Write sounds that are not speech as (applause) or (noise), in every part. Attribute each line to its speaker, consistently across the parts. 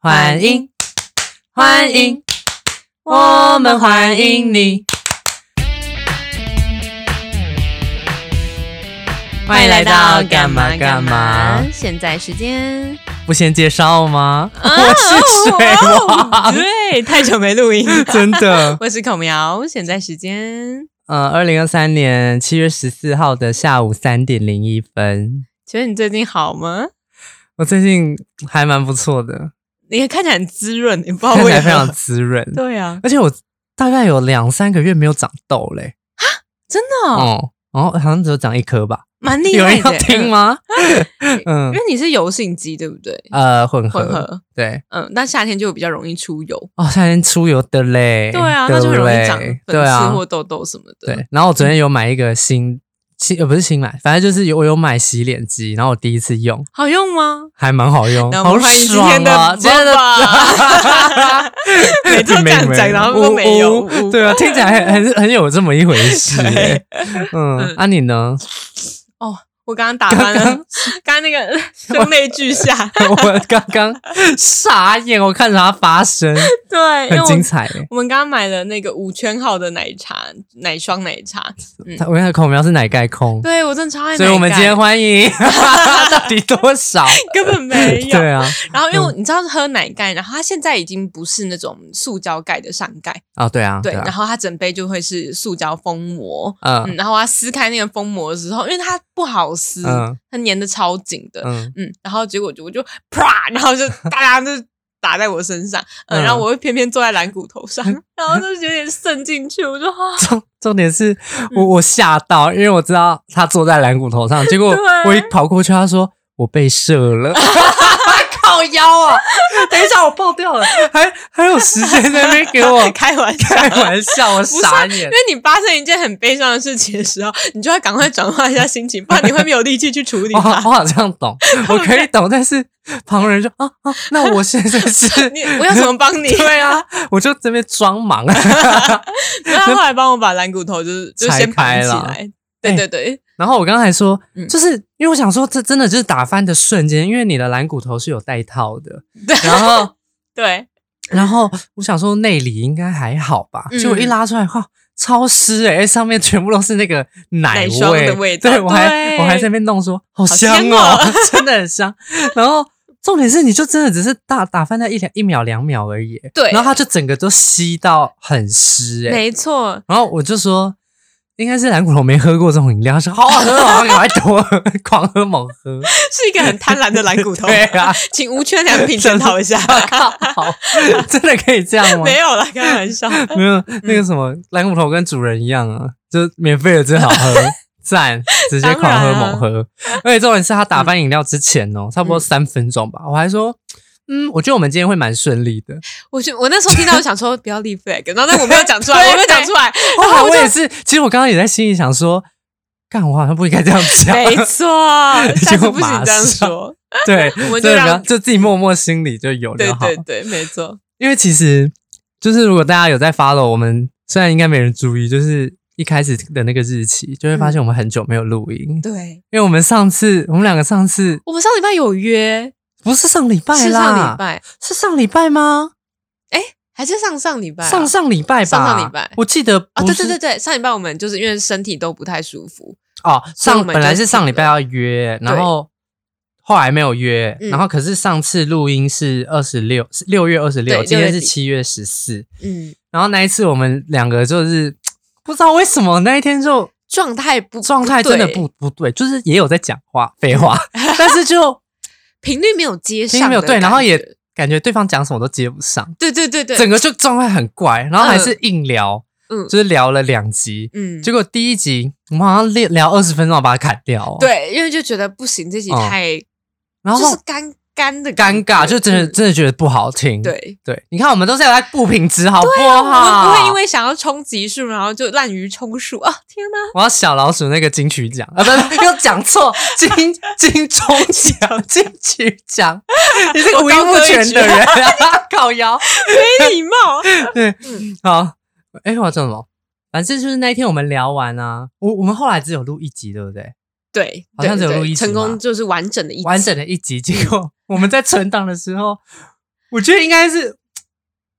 Speaker 1: 欢迎，欢迎，我们欢迎你。欢迎来到干嘛干嘛？
Speaker 2: 现在时间， (laughs)
Speaker 1: 不先介绍吗？我是水王，
Speaker 2: 哦对，太久没录音， (laughs)
Speaker 1: 真的。
Speaker 2: 我是孔苗。现在时间，
Speaker 1: 呃，二零二三年七月十四号的下午三点零一分，
Speaker 2: 觉得你最近好吗？
Speaker 1: 我最近还蛮不错的，
Speaker 2: 你看起来很滋润，你不知道
Speaker 1: 看起
Speaker 2: 为
Speaker 1: 来非
Speaker 2: 什
Speaker 1: 常
Speaker 2: 么。
Speaker 1: 滋润，
Speaker 2: 对啊，
Speaker 1: 而且我大概有两三个月没有长痘嘞。
Speaker 2: 啊真的哦，
Speaker 1: 哦，然后好像只有长一颗吧。
Speaker 2: 蛮厉
Speaker 1: 有
Speaker 2: 害
Speaker 1: 人
Speaker 2: 的
Speaker 1: 要
Speaker 2: 耶。
Speaker 1: 听
Speaker 2: (laughs)
Speaker 1: 吗？嗯
Speaker 2: 嗯？因为你是油性肌，对不对？
Speaker 1: 呃，混合
Speaker 2: 混合，
Speaker 1: 对
Speaker 2: 嗯，但夏天就比较容易出油。
Speaker 1: 哦，夏天出油的嘞，
Speaker 2: 对啊，
Speaker 1: 的
Speaker 2: 那就很容易
Speaker 1: 嘞
Speaker 2: 长粉
Speaker 1: 对啊
Speaker 2: 刺或嗯痘痘什么的。
Speaker 1: 对。然后我昨天有买一个新新呃不是新买，反正就是有我有买洗脸机，然后我第一次用，
Speaker 2: 好用吗？
Speaker 1: 还蛮好用，
Speaker 2: 那我
Speaker 1: 好
Speaker 2: 们欢迎今天
Speaker 1: 爽
Speaker 2: 的
Speaker 1: 啊！今天的 (laughs)
Speaker 2: 爸爸 (laughs) 每次都这样
Speaker 1: 没
Speaker 2: 讲然后都没有
Speaker 1: 呜呜对啊，听起来很很很有这么一回事
Speaker 2: (laughs) 对
Speaker 1: 欸。嗯，啊你呢？。
Speaker 2: 我刚刚打翻了，刚刚那个声泪俱下
Speaker 1: (laughs) 我刚刚傻眼，我看着它发生，
Speaker 2: (laughs) 对，因为
Speaker 1: 很
Speaker 2: 我
Speaker 1: 精彩欸。
Speaker 2: 我们刚刚买了那个五圈号的奶茶奶霜奶茶，
Speaker 1: 它我跟你孔苗是奶盖控，
Speaker 2: 对我真的超爱奶盖。
Speaker 1: 所以我们今天欢
Speaker 2: (laughs)
Speaker 1: 迎， (laughs) 到底多少？
Speaker 2: 根本没有。
Speaker 1: (laughs) 对啊，
Speaker 2: 然后因为我你知道喝奶盖，然后它现在已经不是那种塑胶盖的上盖，
Speaker 1: 啊对啊，
Speaker 2: 对，
Speaker 1: 啊
Speaker 2: 然后它整杯就会是塑胶封膜。嗯，
Speaker 1: 嗯
Speaker 2: 然后它撕开那个封膜的时候，因为它不好撕，
Speaker 1: 嗯
Speaker 2: 它粘的超紧的，
Speaker 1: 嗯，
Speaker 2: 嗯，然后结果就我就啪，然后就大家就打在我身上，
Speaker 1: 嗯
Speaker 2: 嗯，然后我又偏偏坐在蓝骨
Speaker 1: (laughs)
Speaker 2: 头上，然后就有点渗进去，我就啊，
Speaker 1: 重重点是我
Speaker 2: 嗯
Speaker 1: 我吓到，因为我知道他坐在蓝骨头上，结果
Speaker 2: 对
Speaker 1: 我一跑过去，他说我被射
Speaker 2: (laughs)
Speaker 1: 了， (laughs)
Speaker 2: 靠腰啊，
Speaker 1: 等一下我爆掉了，还还有时间在那边给我
Speaker 2: (laughs) 开玩笑。
Speaker 1: 开玩笑，我
Speaker 2: 不是
Speaker 1: 傻
Speaker 2: 啊，因
Speaker 1: 眼
Speaker 2: 为。你发生一件很悲伤的事情的时候，你就要赶快转换一下心情，不然你会没有力气
Speaker 1: (laughs)
Speaker 2: 去处理
Speaker 1: 我好
Speaker 2: 它。
Speaker 1: 我好像
Speaker 2: (laughs)
Speaker 1: 懂，我可以懂，但是旁人就啊啊，那我现在是
Speaker 2: (laughs) 你我要怎么帮你？
Speaker 1: (laughs) 对啊，我就这边装忙，啊
Speaker 2: (laughs) 然后他后来帮我把蓝骨头就是就
Speaker 1: 拆
Speaker 2: 先绑
Speaker 1: 开
Speaker 2: 起
Speaker 1: 了哎
Speaker 2: 来。 (laughs) 对对对，
Speaker 1: 然后我刚才说
Speaker 2: 嗯，
Speaker 1: 就是因为我想说，这真的就是打翻的瞬间，因为你的蓝骨头是有带套的，
Speaker 2: 对
Speaker 1: 然后
Speaker 2: 对，
Speaker 1: 然后我想说内里应该还好吧，
Speaker 2: 嗯
Speaker 1: 结果一拉出来，哇，超湿哎、上面全部都是那个奶
Speaker 2: 奶霜的味道
Speaker 1: 对我还
Speaker 2: 对
Speaker 1: 我还在那边弄说好
Speaker 2: 香
Speaker 1: 香哦，
Speaker 2: 哦
Speaker 1: 真的很香。然后重点是，你就真的只是打打翻在一两一秒两秒而已，欸
Speaker 2: 对
Speaker 1: 然后它就整个都吸到很湿哎、
Speaker 2: 没错，
Speaker 1: 然后我就说，应该是蓝骨头没喝过这种饮料，他说好好喝，好好喝，赶快多喝， (laughs) 狂喝猛
Speaker 2: (laughs)
Speaker 1: 喝。
Speaker 2: 是一个很贪婪的蓝骨
Speaker 1: (laughs)
Speaker 2: 头。
Speaker 1: 对啊，
Speaker 2: 请无圈良品检讨
Speaker 1: (laughs)
Speaker 2: 一下。
Speaker 1: 靠，好真的可以这样吗？
Speaker 2: 没有啦，开
Speaker 1: (laughs)
Speaker 2: 玩笑。
Speaker 1: 没有，那
Speaker 2: 嗯
Speaker 1: 个什么蓝骨头跟主人一样啊，就免费的真好
Speaker 2: (laughs)
Speaker 1: 喝，赞，直接狂
Speaker 2: 啊
Speaker 1: 喝猛喝。而且重点是他打翻饮料之前哦，差不
Speaker 2: 嗯
Speaker 1: 多三分钟吧，我还说。嗯，我觉得我们今天会蛮顺利
Speaker 2: (laughs)
Speaker 1: 的。
Speaker 2: 我就我那时候听到，我想说不要立 flag，然后但我没有讲出来，
Speaker 1: 对
Speaker 2: 我没有讲出来，
Speaker 1: 哇，我也是，其实我刚刚也在心里想说，干，我好像不应该这样讲。
Speaker 2: 没错， (laughs) 下次不行这样说，
Speaker 1: 对，
Speaker 2: 我们就
Speaker 1: 真的
Speaker 2: 让
Speaker 1: 不要就自己默默心里就有
Speaker 2: 对
Speaker 1: 就好。
Speaker 2: 对对，没错，
Speaker 1: 因为其实就是如果大家有在 follow 我们，虽然应该没人注意，就是一开始的那个日期，就会
Speaker 2: 嗯
Speaker 1: 发现我们很久没有录音，
Speaker 2: 对。
Speaker 1: 因为我们上次我们两个上次
Speaker 2: 我们上礼拜有约，
Speaker 1: 不是上礼拜啦，
Speaker 2: 是上礼拜
Speaker 1: 是上礼拜吗？
Speaker 2: 还是上上礼拜啊？
Speaker 1: 上上礼拜吧，
Speaker 2: 上上礼拜
Speaker 1: 我记得
Speaker 2: 啊，
Speaker 1: 不
Speaker 2: 对
Speaker 1: 是
Speaker 2: 对对对，上礼拜我们就是因为身体都不太舒服，
Speaker 1: 哦，
Speaker 2: 所以我
Speaker 1: 上
Speaker 2: 们
Speaker 1: 本来
Speaker 2: 就是
Speaker 1: 上礼拜要约，然后后来没有约，
Speaker 2: 嗯
Speaker 1: 然后可是上次录音是二十六，是六月二十六，
Speaker 2: 对
Speaker 1: 今
Speaker 2: 6
Speaker 1: 天
Speaker 2: 月
Speaker 1: 是
Speaker 2: 底
Speaker 1: 七月十四，
Speaker 2: 嗯，
Speaker 1: 然后那一次我们两个就是不知道为什么那一天就
Speaker 2: 状态不
Speaker 1: 状态真的不不对，就是也有在讲话废
Speaker 2: (laughs)
Speaker 1: 话，但是就
Speaker 2: 频率没有接
Speaker 1: 听
Speaker 2: 上，
Speaker 1: 没有对，然后也感觉对方讲什么都接不上，
Speaker 2: 对对对对，
Speaker 1: 整个就状态很怪，然后还是硬聊，
Speaker 2: 嗯
Speaker 1: 就是聊了两集，
Speaker 2: 嗯，
Speaker 1: 结果第一集我们好像聊聊二十分钟，我把它砍掉、哦，，
Speaker 2: 对，因为就觉得不行，这集
Speaker 1: 哦
Speaker 2: 太
Speaker 1: 然
Speaker 2: 就
Speaker 1: 后
Speaker 2: 是干干的感
Speaker 1: 尴尬，
Speaker 2: 觉
Speaker 1: 就真的
Speaker 2: 嗯
Speaker 1: 真的觉得不好听，
Speaker 2: 对。啊
Speaker 1: 对，你看我们都是有在不品质，好不
Speaker 2: 我们
Speaker 1: 好？
Speaker 2: (laughs) 不会因为想要冲级数，然后就滥竽充数啊！天
Speaker 1: (laughs)
Speaker 2: 哪，
Speaker 1: 我要小老鼠那个金曲奖啊，不是
Speaker 2: (laughs)
Speaker 1: 又讲错，金金钟奖、金曲
Speaker 2: (laughs)
Speaker 1: 奖，你这个五音不全的人，啊 (laughs) 靠腰。
Speaker 2: 没礼貌。
Speaker 1: 对
Speaker 2: 嗯，
Speaker 1: 好，哎、我要讲什么？反正就是那一天我们聊完啊，我我们后来只有录一集，对不对？
Speaker 2: 对，
Speaker 1: 好像
Speaker 2: 对
Speaker 1: 只有
Speaker 2: 对
Speaker 1: 录一集嘛
Speaker 2: 成功就是完整的一集
Speaker 1: 完整的一集，结果我们在存档的时候， (laughs) 我觉得应该是，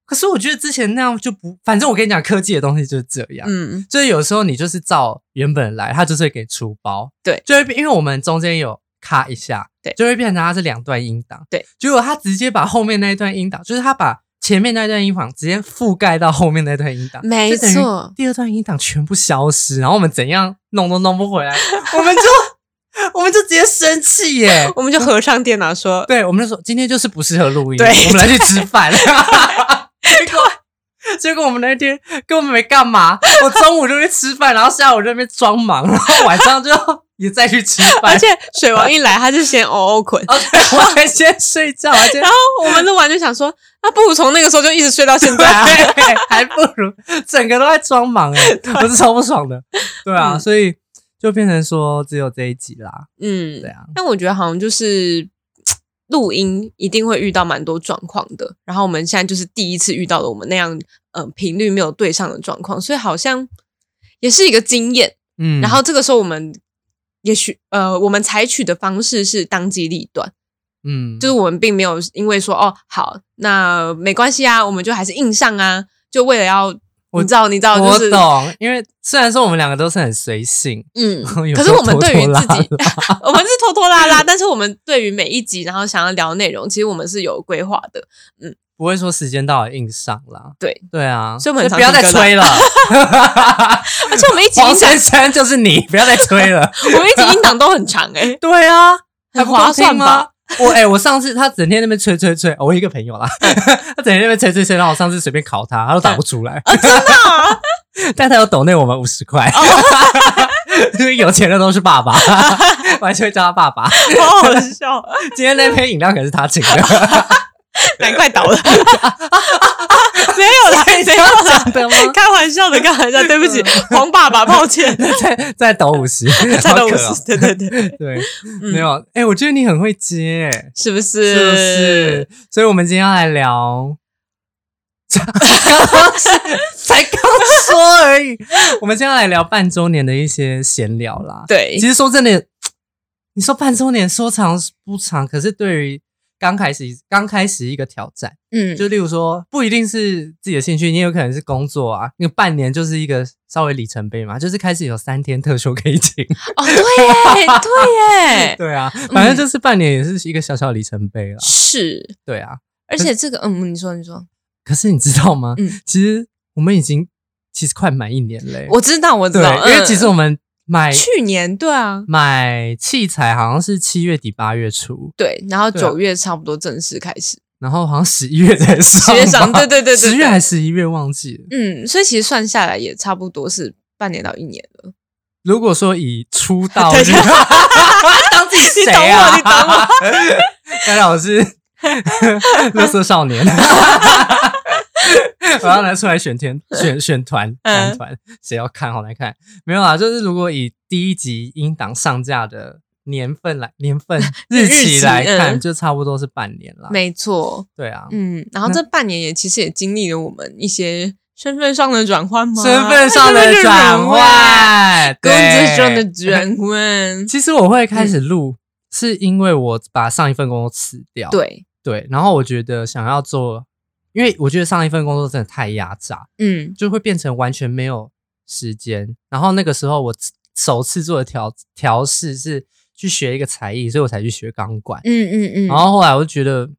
Speaker 1: 可是我觉得之前那样就不，反正我跟你讲，科技的东西就是这样。
Speaker 2: 嗯，
Speaker 1: 就是有时候你就是照原本来，它就是会给出包，
Speaker 2: 对
Speaker 1: 就会变因为我们中间有咔一下，
Speaker 2: 对
Speaker 1: 就会变成它是两段音档，
Speaker 2: 对，
Speaker 1: 结果他直接把后面那一段音档，就是他把前面那一段音档直接覆盖到后面那一段音档，
Speaker 2: 没
Speaker 1: 就等于
Speaker 2: 错
Speaker 1: 第二段音档全部消失，然后我们怎样弄都弄不回来，我们就 (laughs) 我们就直接生气耶。
Speaker 2: 我们就合上电脑说，
Speaker 1: (laughs) 对，我们就说今天就是不适合录音，
Speaker 2: 对
Speaker 1: 我们来去吃饭。结果结果我们那天根本没干嘛，我中午就去吃饭，然后下午就在那边装忙，然后晚上就也再去吃饭
Speaker 2: 而，且水王一来，他就先哦
Speaker 1: (laughs)
Speaker 2: 哦捆，
Speaker 1: 而且我还先睡觉，而且
Speaker 2: 然后我们录完就想说，那不如从那个时候就一直睡到现在
Speaker 1: (laughs)
Speaker 2: 啊。
Speaker 1: 对，还不如整个都在装忙哎、我是超不爽的。对啊，
Speaker 2: 嗯
Speaker 1: 所以就变成说只有这一集啦。
Speaker 2: 嗯
Speaker 1: 对，啊，
Speaker 2: 但我觉得好像就是嘖录音一定会遇到蛮多状况的，然后我们现在就是第一次遇到了我们那样嗯、呃频率没有对上的状况，所以好像也是一个经验。
Speaker 1: 嗯，
Speaker 2: 然后这个时候我们也许呃我们采取的方式是当机立断，
Speaker 1: 嗯，
Speaker 2: 就是我们并没有因为说哦好那没关系啊，我们就还是硬上啊，就为了要
Speaker 1: 我
Speaker 2: 你知道你知道
Speaker 1: 我
Speaker 2: 就是
Speaker 1: 懂，因为虽然说我们两个都是很随性，
Speaker 2: 嗯
Speaker 1: 有
Speaker 2: 可
Speaker 1: 时
Speaker 2: 是
Speaker 1: 候
Speaker 2: 我们对
Speaker 1: 拖
Speaker 2: 于
Speaker 1: 拖拉
Speaker 2: 自己
Speaker 1: 拉
Speaker 2: (laughs) 我们是拖拖拉 (laughs) 拉，但是我们对于每一集，然后想要聊内容，其实我们是有规划的。
Speaker 1: 不会说时间到了硬上啦。
Speaker 2: 对
Speaker 1: 对啊，
Speaker 2: 所以我们
Speaker 1: 就
Speaker 2: 很常
Speaker 1: 不要再
Speaker 2: 停更啊
Speaker 1: 吹
Speaker 2: (laughs)
Speaker 1: 了。
Speaker 2: 而且我们
Speaker 1: (laughs)
Speaker 2: 一集
Speaker 1: 黄
Speaker 2: 音档，
Speaker 1: 珊珊就是你，不要再吹
Speaker 2: (laughs)
Speaker 1: 了。
Speaker 2: 我们一集音档都很长哎、
Speaker 1: (laughs)
Speaker 2: 欸
Speaker 1: 对啊，还
Speaker 2: 很
Speaker 1: 不够
Speaker 2: 划算
Speaker 1: 听
Speaker 2: 吧
Speaker 1: 吗？我哎、我上次他整天在那边吹吹吹，哦我一个朋友啦，
Speaker 2: 嗯
Speaker 1: 他整天在那边吹吹吹，然后我上次随便考他，他都打不出来。
Speaker 2: 啊
Speaker 1: (laughs) 但他有抖内我们五十块，
Speaker 2: 哦
Speaker 1: (laughs) 因为有钱的都是爸 (laughs) 爸，我还是会叫他爸爸。
Speaker 2: 好好笑，
Speaker 1: 今天那杯饮料可是他请的，
Speaker 2: (laughs) 难怪倒了。 (laughs) 没
Speaker 1: (laughs)
Speaker 2: 有啦，
Speaker 1: 这
Speaker 2: 没
Speaker 1: 样
Speaker 2: 有啦
Speaker 1: 讲，的吗？
Speaker 2: (laughs) 开玩笑的，开玩 (laughs) 笑，对不起，黄爸爸，抱 (laughs) 歉，
Speaker 1: 再再抖五十，
Speaker 2: 再到
Speaker 1: 好
Speaker 2: 五
Speaker 1: 可
Speaker 2: 十，
Speaker 1: 哦
Speaker 2: 对对对，
Speaker 1: 对，
Speaker 2: 嗯
Speaker 1: 没有。哎、我觉得你很会接、
Speaker 2: (laughs) 是不
Speaker 1: 是
Speaker 2: 是？
Speaker 1: 不是？所以，我们今天要来
Speaker 2: (laughs)
Speaker 1: 聊，才刚说而已。我们今天要来聊半周年的一些闲聊啦。
Speaker 2: 对
Speaker 1: 其，实说真的，你说半周年说长不长，可是对于刚开始刚开始一个挑战，
Speaker 2: 嗯，
Speaker 1: 就例如说，不一定是自己的兴趣，你也有可能是工作啊。因为半年就是一个稍微里程碑嘛，就是开始有三天特休可以请。
Speaker 2: 哦， (laughs) 对耶，对耶，
Speaker 1: 对啊，反正就是半年也是一个小小的里程碑啦。
Speaker 2: 嗯是，
Speaker 1: 对啊，
Speaker 2: 而且这个，嗯，你说，你说，
Speaker 1: 可是你知道吗？
Speaker 2: 嗯
Speaker 1: 其实我们已经其实快满一年嘞、
Speaker 2: 我知道，我知
Speaker 1: 对
Speaker 2: 道，，
Speaker 1: 因为
Speaker 2: 嗯
Speaker 1: 其实我们买
Speaker 2: 去年对啊，
Speaker 1: 买器材好像是七月底八月初，
Speaker 2: 对，然后
Speaker 1: 对啊
Speaker 2: 九月差不多正式开始，
Speaker 1: 然后好像十一月才上吧，
Speaker 2: 十月上，对对对对，
Speaker 1: 十
Speaker 2: 对
Speaker 1: 月还是十一月忘记了。
Speaker 2: 嗯，所以其实算下来也差不多是半年到一年了。
Speaker 1: 如果说以出
Speaker 2: (laughs)
Speaker 1: 道
Speaker 2: 等一
Speaker 1: 日，
Speaker 2: 下
Speaker 1: (laughs) 当自己谁啊？
Speaker 2: 你懂
Speaker 1: (laughs)
Speaker 2: 我
Speaker 1: 我。大家好，我是 (laughs) 乐色少年， (laughs) 我要拿出来选天选选团
Speaker 2: 嗯
Speaker 1: 男团，谁要看？好难看。没有啦，啊就是如果以第一集音档上架的年份来年
Speaker 2: (laughs)
Speaker 1: 份日期
Speaker 2: 期
Speaker 1: 来看，
Speaker 2: 嗯
Speaker 1: 就差不多是半年啦。
Speaker 2: 没错，
Speaker 1: 对啊，
Speaker 2: 嗯，然后这半年也其实也经历了我们一些身份上的转换吗？
Speaker 1: 身份上
Speaker 2: (laughs)
Speaker 1: 的转，换，
Speaker 2: 工
Speaker 1: 对
Speaker 2: 作
Speaker 1: (laughs)
Speaker 2: 上的转换，
Speaker 1: 其实我会开始
Speaker 2: 嗯
Speaker 1: 录，是因为我把上一份工作辞掉。
Speaker 2: 对，
Speaker 1: 对，然后我觉得想要做，因为我觉得上一份工作真的太压榨，
Speaker 2: 嗯
Speaker 1: 就会变成完全没有时间。然后那个时候我首次做的调调试是去学一个才艺，所以我才去学钢管。
Speaker 2: 嗯嗯嗯，
Speaker 1: 然后后来我就觉得，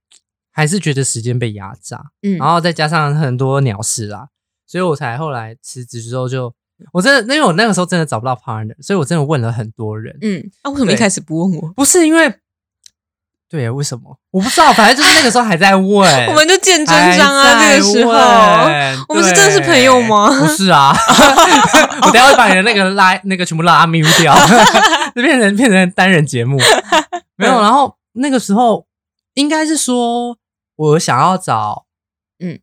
Speaker 1: 还是觉得时间被压榨，
Speaker 2: 嗯
Speaker 1: 然后再加上很多鸟事啦，所以我才后来辞职之后就，我真的，因为我那个时候真的找不到 partner，所以我真的问了很多人，
Speaker 2: 嗯，那为什么一
Speaker 1: 对
Speaker 2: 开始不问我？
Speaker 1: 不是因为，对，为什么我不知道，反正就是那个时候还在问，
Speaker 2: (laughs) 我们就见真
Speaker 1: 还
Speaker 2: 章啊！
Speaker 1: 在
Speaker 2: 这个时候，
Speaker 1: 问
Speaker 2: 我们是真的是朋友吗
Speaker 1: 对不是啊， (laughs) 我等一下会把你的那个拉那个全部拉 mute 掉， (laughs) 就变成变成单人
Speaker 2: (laughs)
Speaker 1: 节目。没有，
Speaker 2: 嗯
Speaker 1: 然后那个时候应该是说，我想要找，
Speaker 2: 嗯，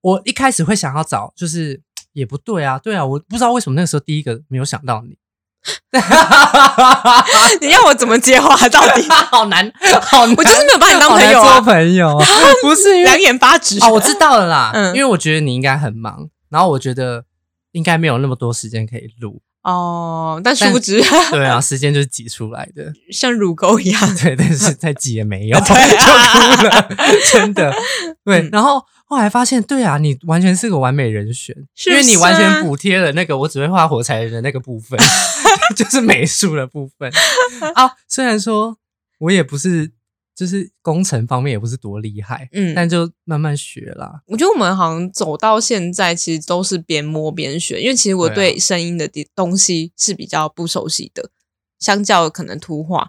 Speaker 1: 我一开始会想要找，就是也不对啊，对啊，我不知道为什么那个时候第一个没有想到你。
Speaker 2: (laughs)
Speaker 1: (laughs)
Speaker 2: 你要我怎么接话？到底
Speaker 1: 好难， (laughs) 好难，
Speaker 2: 我就是没有把你当朋友
Speaker 1: 好难
Speaker 2: 啊
Speaker 1: 做，朋友
Speaker 2: (laughs)
Speaker 1: 啊，不是因为
Speaker 2: 两眼发直
Speaker 1: 哦，我知道了啦，
Speaker 2: 嗯
Speaker 1: 因为我觉得你应该很忙，然后我觉得应该没有那么多时间可以录，
Speaker 2: 哦，但殊不知
Speaker 1: 对啊，时间就是挤出来的，
Speaker 2: (laughs) 像乳沟一
Speaker 1: (laughs)
Speaker 2: 样，
Speaker 1: 对，但是再挤也没
Speaker 2: (laughs)
Speaker 1: 有，就哭了，真的。
Speaker 2: 嗯
Speaker 1: 对，然后后来发现，对啊，你完全是个完美人选，
Speaker 2: 是
Speaker 1: 因为你完
Speaker 2: 啊
Speaker 1: 全补贴了那个我只会画火柴人的那个部
Speaker 2: (laughs)
Speaker 1: 分， (laughs) 就是美术的部分啊。虽然说我也不是，就是工程方面也不是多厉害，
Speaker 2: 嗯，
Speaker 1: 但就慢慢学啦。
Speaker 2: 我觉得我们好像走到现在，其实都是边摸边学，因为其实我
Speaker 1: 对啊
Speaker 2: 对声音的地东西是比较不熟悉的，相较可能图画，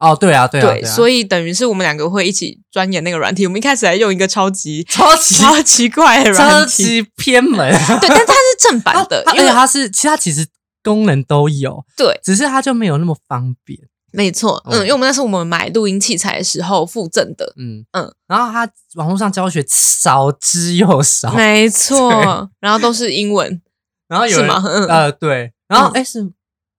Speaker 1: 哦，对啊，对啊，对啊，
Speaker 2: 所以等于是我们两个会一起钻研那个软体。我们一开始还用一个
Speaker 1: (laughs)
Speaker 2: 超级
Speaker 1: 超级
Speaker 2: (laughs) 超奇怪的
Speaker 1: 超
Speaker 2: 软体，
Speaker 1: 级偏
Speaker 2: (laughs)
Speaker 1: 门。
Speaker 2: 对，但它是正版的
Speaker 1: 它，
Speaker 2: 因
Speaker 1: 而
Speaker 2: 为
Speaker 1: 且它是，其实它其实功能都有，
Speaker 2: 对，
Speaker 1: 只是它就没有那么方便。
Speaker 2: 没错，嗯，
Speaker 1: 嗯
Speaker 2: 因为我们那时候我们买录音器材的时候附赠的，
Speaker 1: 嗯
Speaker 2: 嗯
Speaker 1: 嗯，然后它网络上教学少之又少，
Speaker 2: 没错
Speaker 1: 哦 (laughs) 对，
Speaker 2: 然后都是英文，
Speaker 1: 然 (laughs) 后有
Speaker 2: 是
Speaker 1: 人
Speaker 2: 吗？嗯，
Speaker 1: 呃对，然后
Speaker 2: 嗯
Speaker 1: 哎、诶是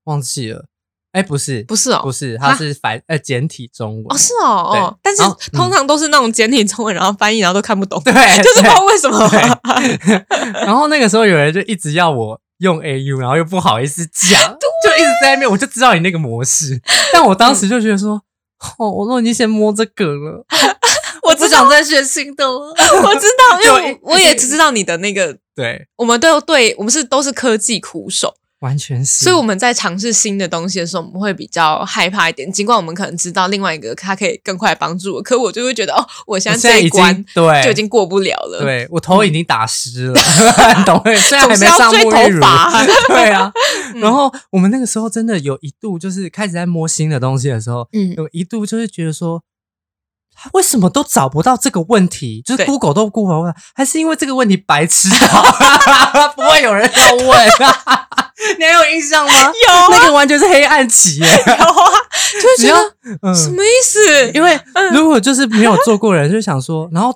Speaker 1: 忘记了，哎不是
Speaker 2: 不是哦，
Speaker 1: 不是，
Speaker 2: 啊
Speaker 1: 它是繁呃简体中文
Speaker 2: 哦，是哦，哦
Speaker 1: 对，
Speaker 2: 但是
Speaker 1: 然后嗯
Speaker 2: 通常都是那种简体中文，然后翻译，然后都看不懂，
Speaker 1: 对
Speaker 2: (laughs) 就是不知道为什么。
Speaker 1: 对然后那个时候有人就一直要我用 AU，然后又不好意思讲，
Speaker 2: (laughs)
Speaker 1: 就一直在那边，我就知道你那个模式，但我
Speaker 2: 嗯
Speaker 1: 当时就觉得说。哦，我都已经先摸这个了，
Speaker 2: (laughs) 我
Speaker 1: 不
Speaker 2: 知道，
Speaker 1: 想再学新的了。
Speaker 2: (laughs) 我知道，因为
Speaker 1: 就
Speaker 2: 我我也只知道你的那个，
Speaker 1: 对，
Speaker 2: 我们都有对，我们是都是科技苦手，
Speaker 1: 完全是。
Speaker 2: 所以我们在尝试新的东西的时候，我们会比较害怕一点。尽管我们可能知道另外一个它可以更快帮助我，可我就会觉得哦，我现
Speaker 1: 我
Speaker 2: 在这一
Speaker 1: 已
Speaker 2: 关
Speaker 1: 经对
Speaker 2: 就已经过不了了。，
Speaker 1: 对我头已经打湿了， (laughs) 懂会虽然
Speaker 2: 嗯总
Speaker 1: 还
Speaker 2: 是
Speaker 1: 没
Speaker 2: 要
Speaker 1: 上
Speaker 2: 追
Speaker 1: 沐浴
Speaker 2: 头
Speaker 1: 乳，(laughs)
Speaker 2: 发。嗯
Speaker 1: 对啊。然后我们那个时候真的有一度就是开始在摸新的东西的时候，
Speaker 2: 嗯，
Speaker 1: 有一度就是觉得说，为什么都找不到这个问题？就是
Speaker 2: 对
Speaker 1: Google 都 Google 不到还是因为这个问题白痴啊，
Speaker 2: (laughs)
Speaker 1: 不会有人要问啊？你还有印象吗？
Speaker 2: 有啊
Speaker 1: 那个完全是黑暗期耶，
Speaker 2: (laughs) 有啊，
Speaker 1: 只
Speaker 2: 就会觉
Speaker 1: 要
Speaker 2: 得
Speaker 1: 嗯
Speaker 2: 什么意思？
Speaker 1: 因为 (laughs)
Speaker 2: (laughs)
Speaker 1: 如果就是没有做过的人，就想说， (laughs) 然后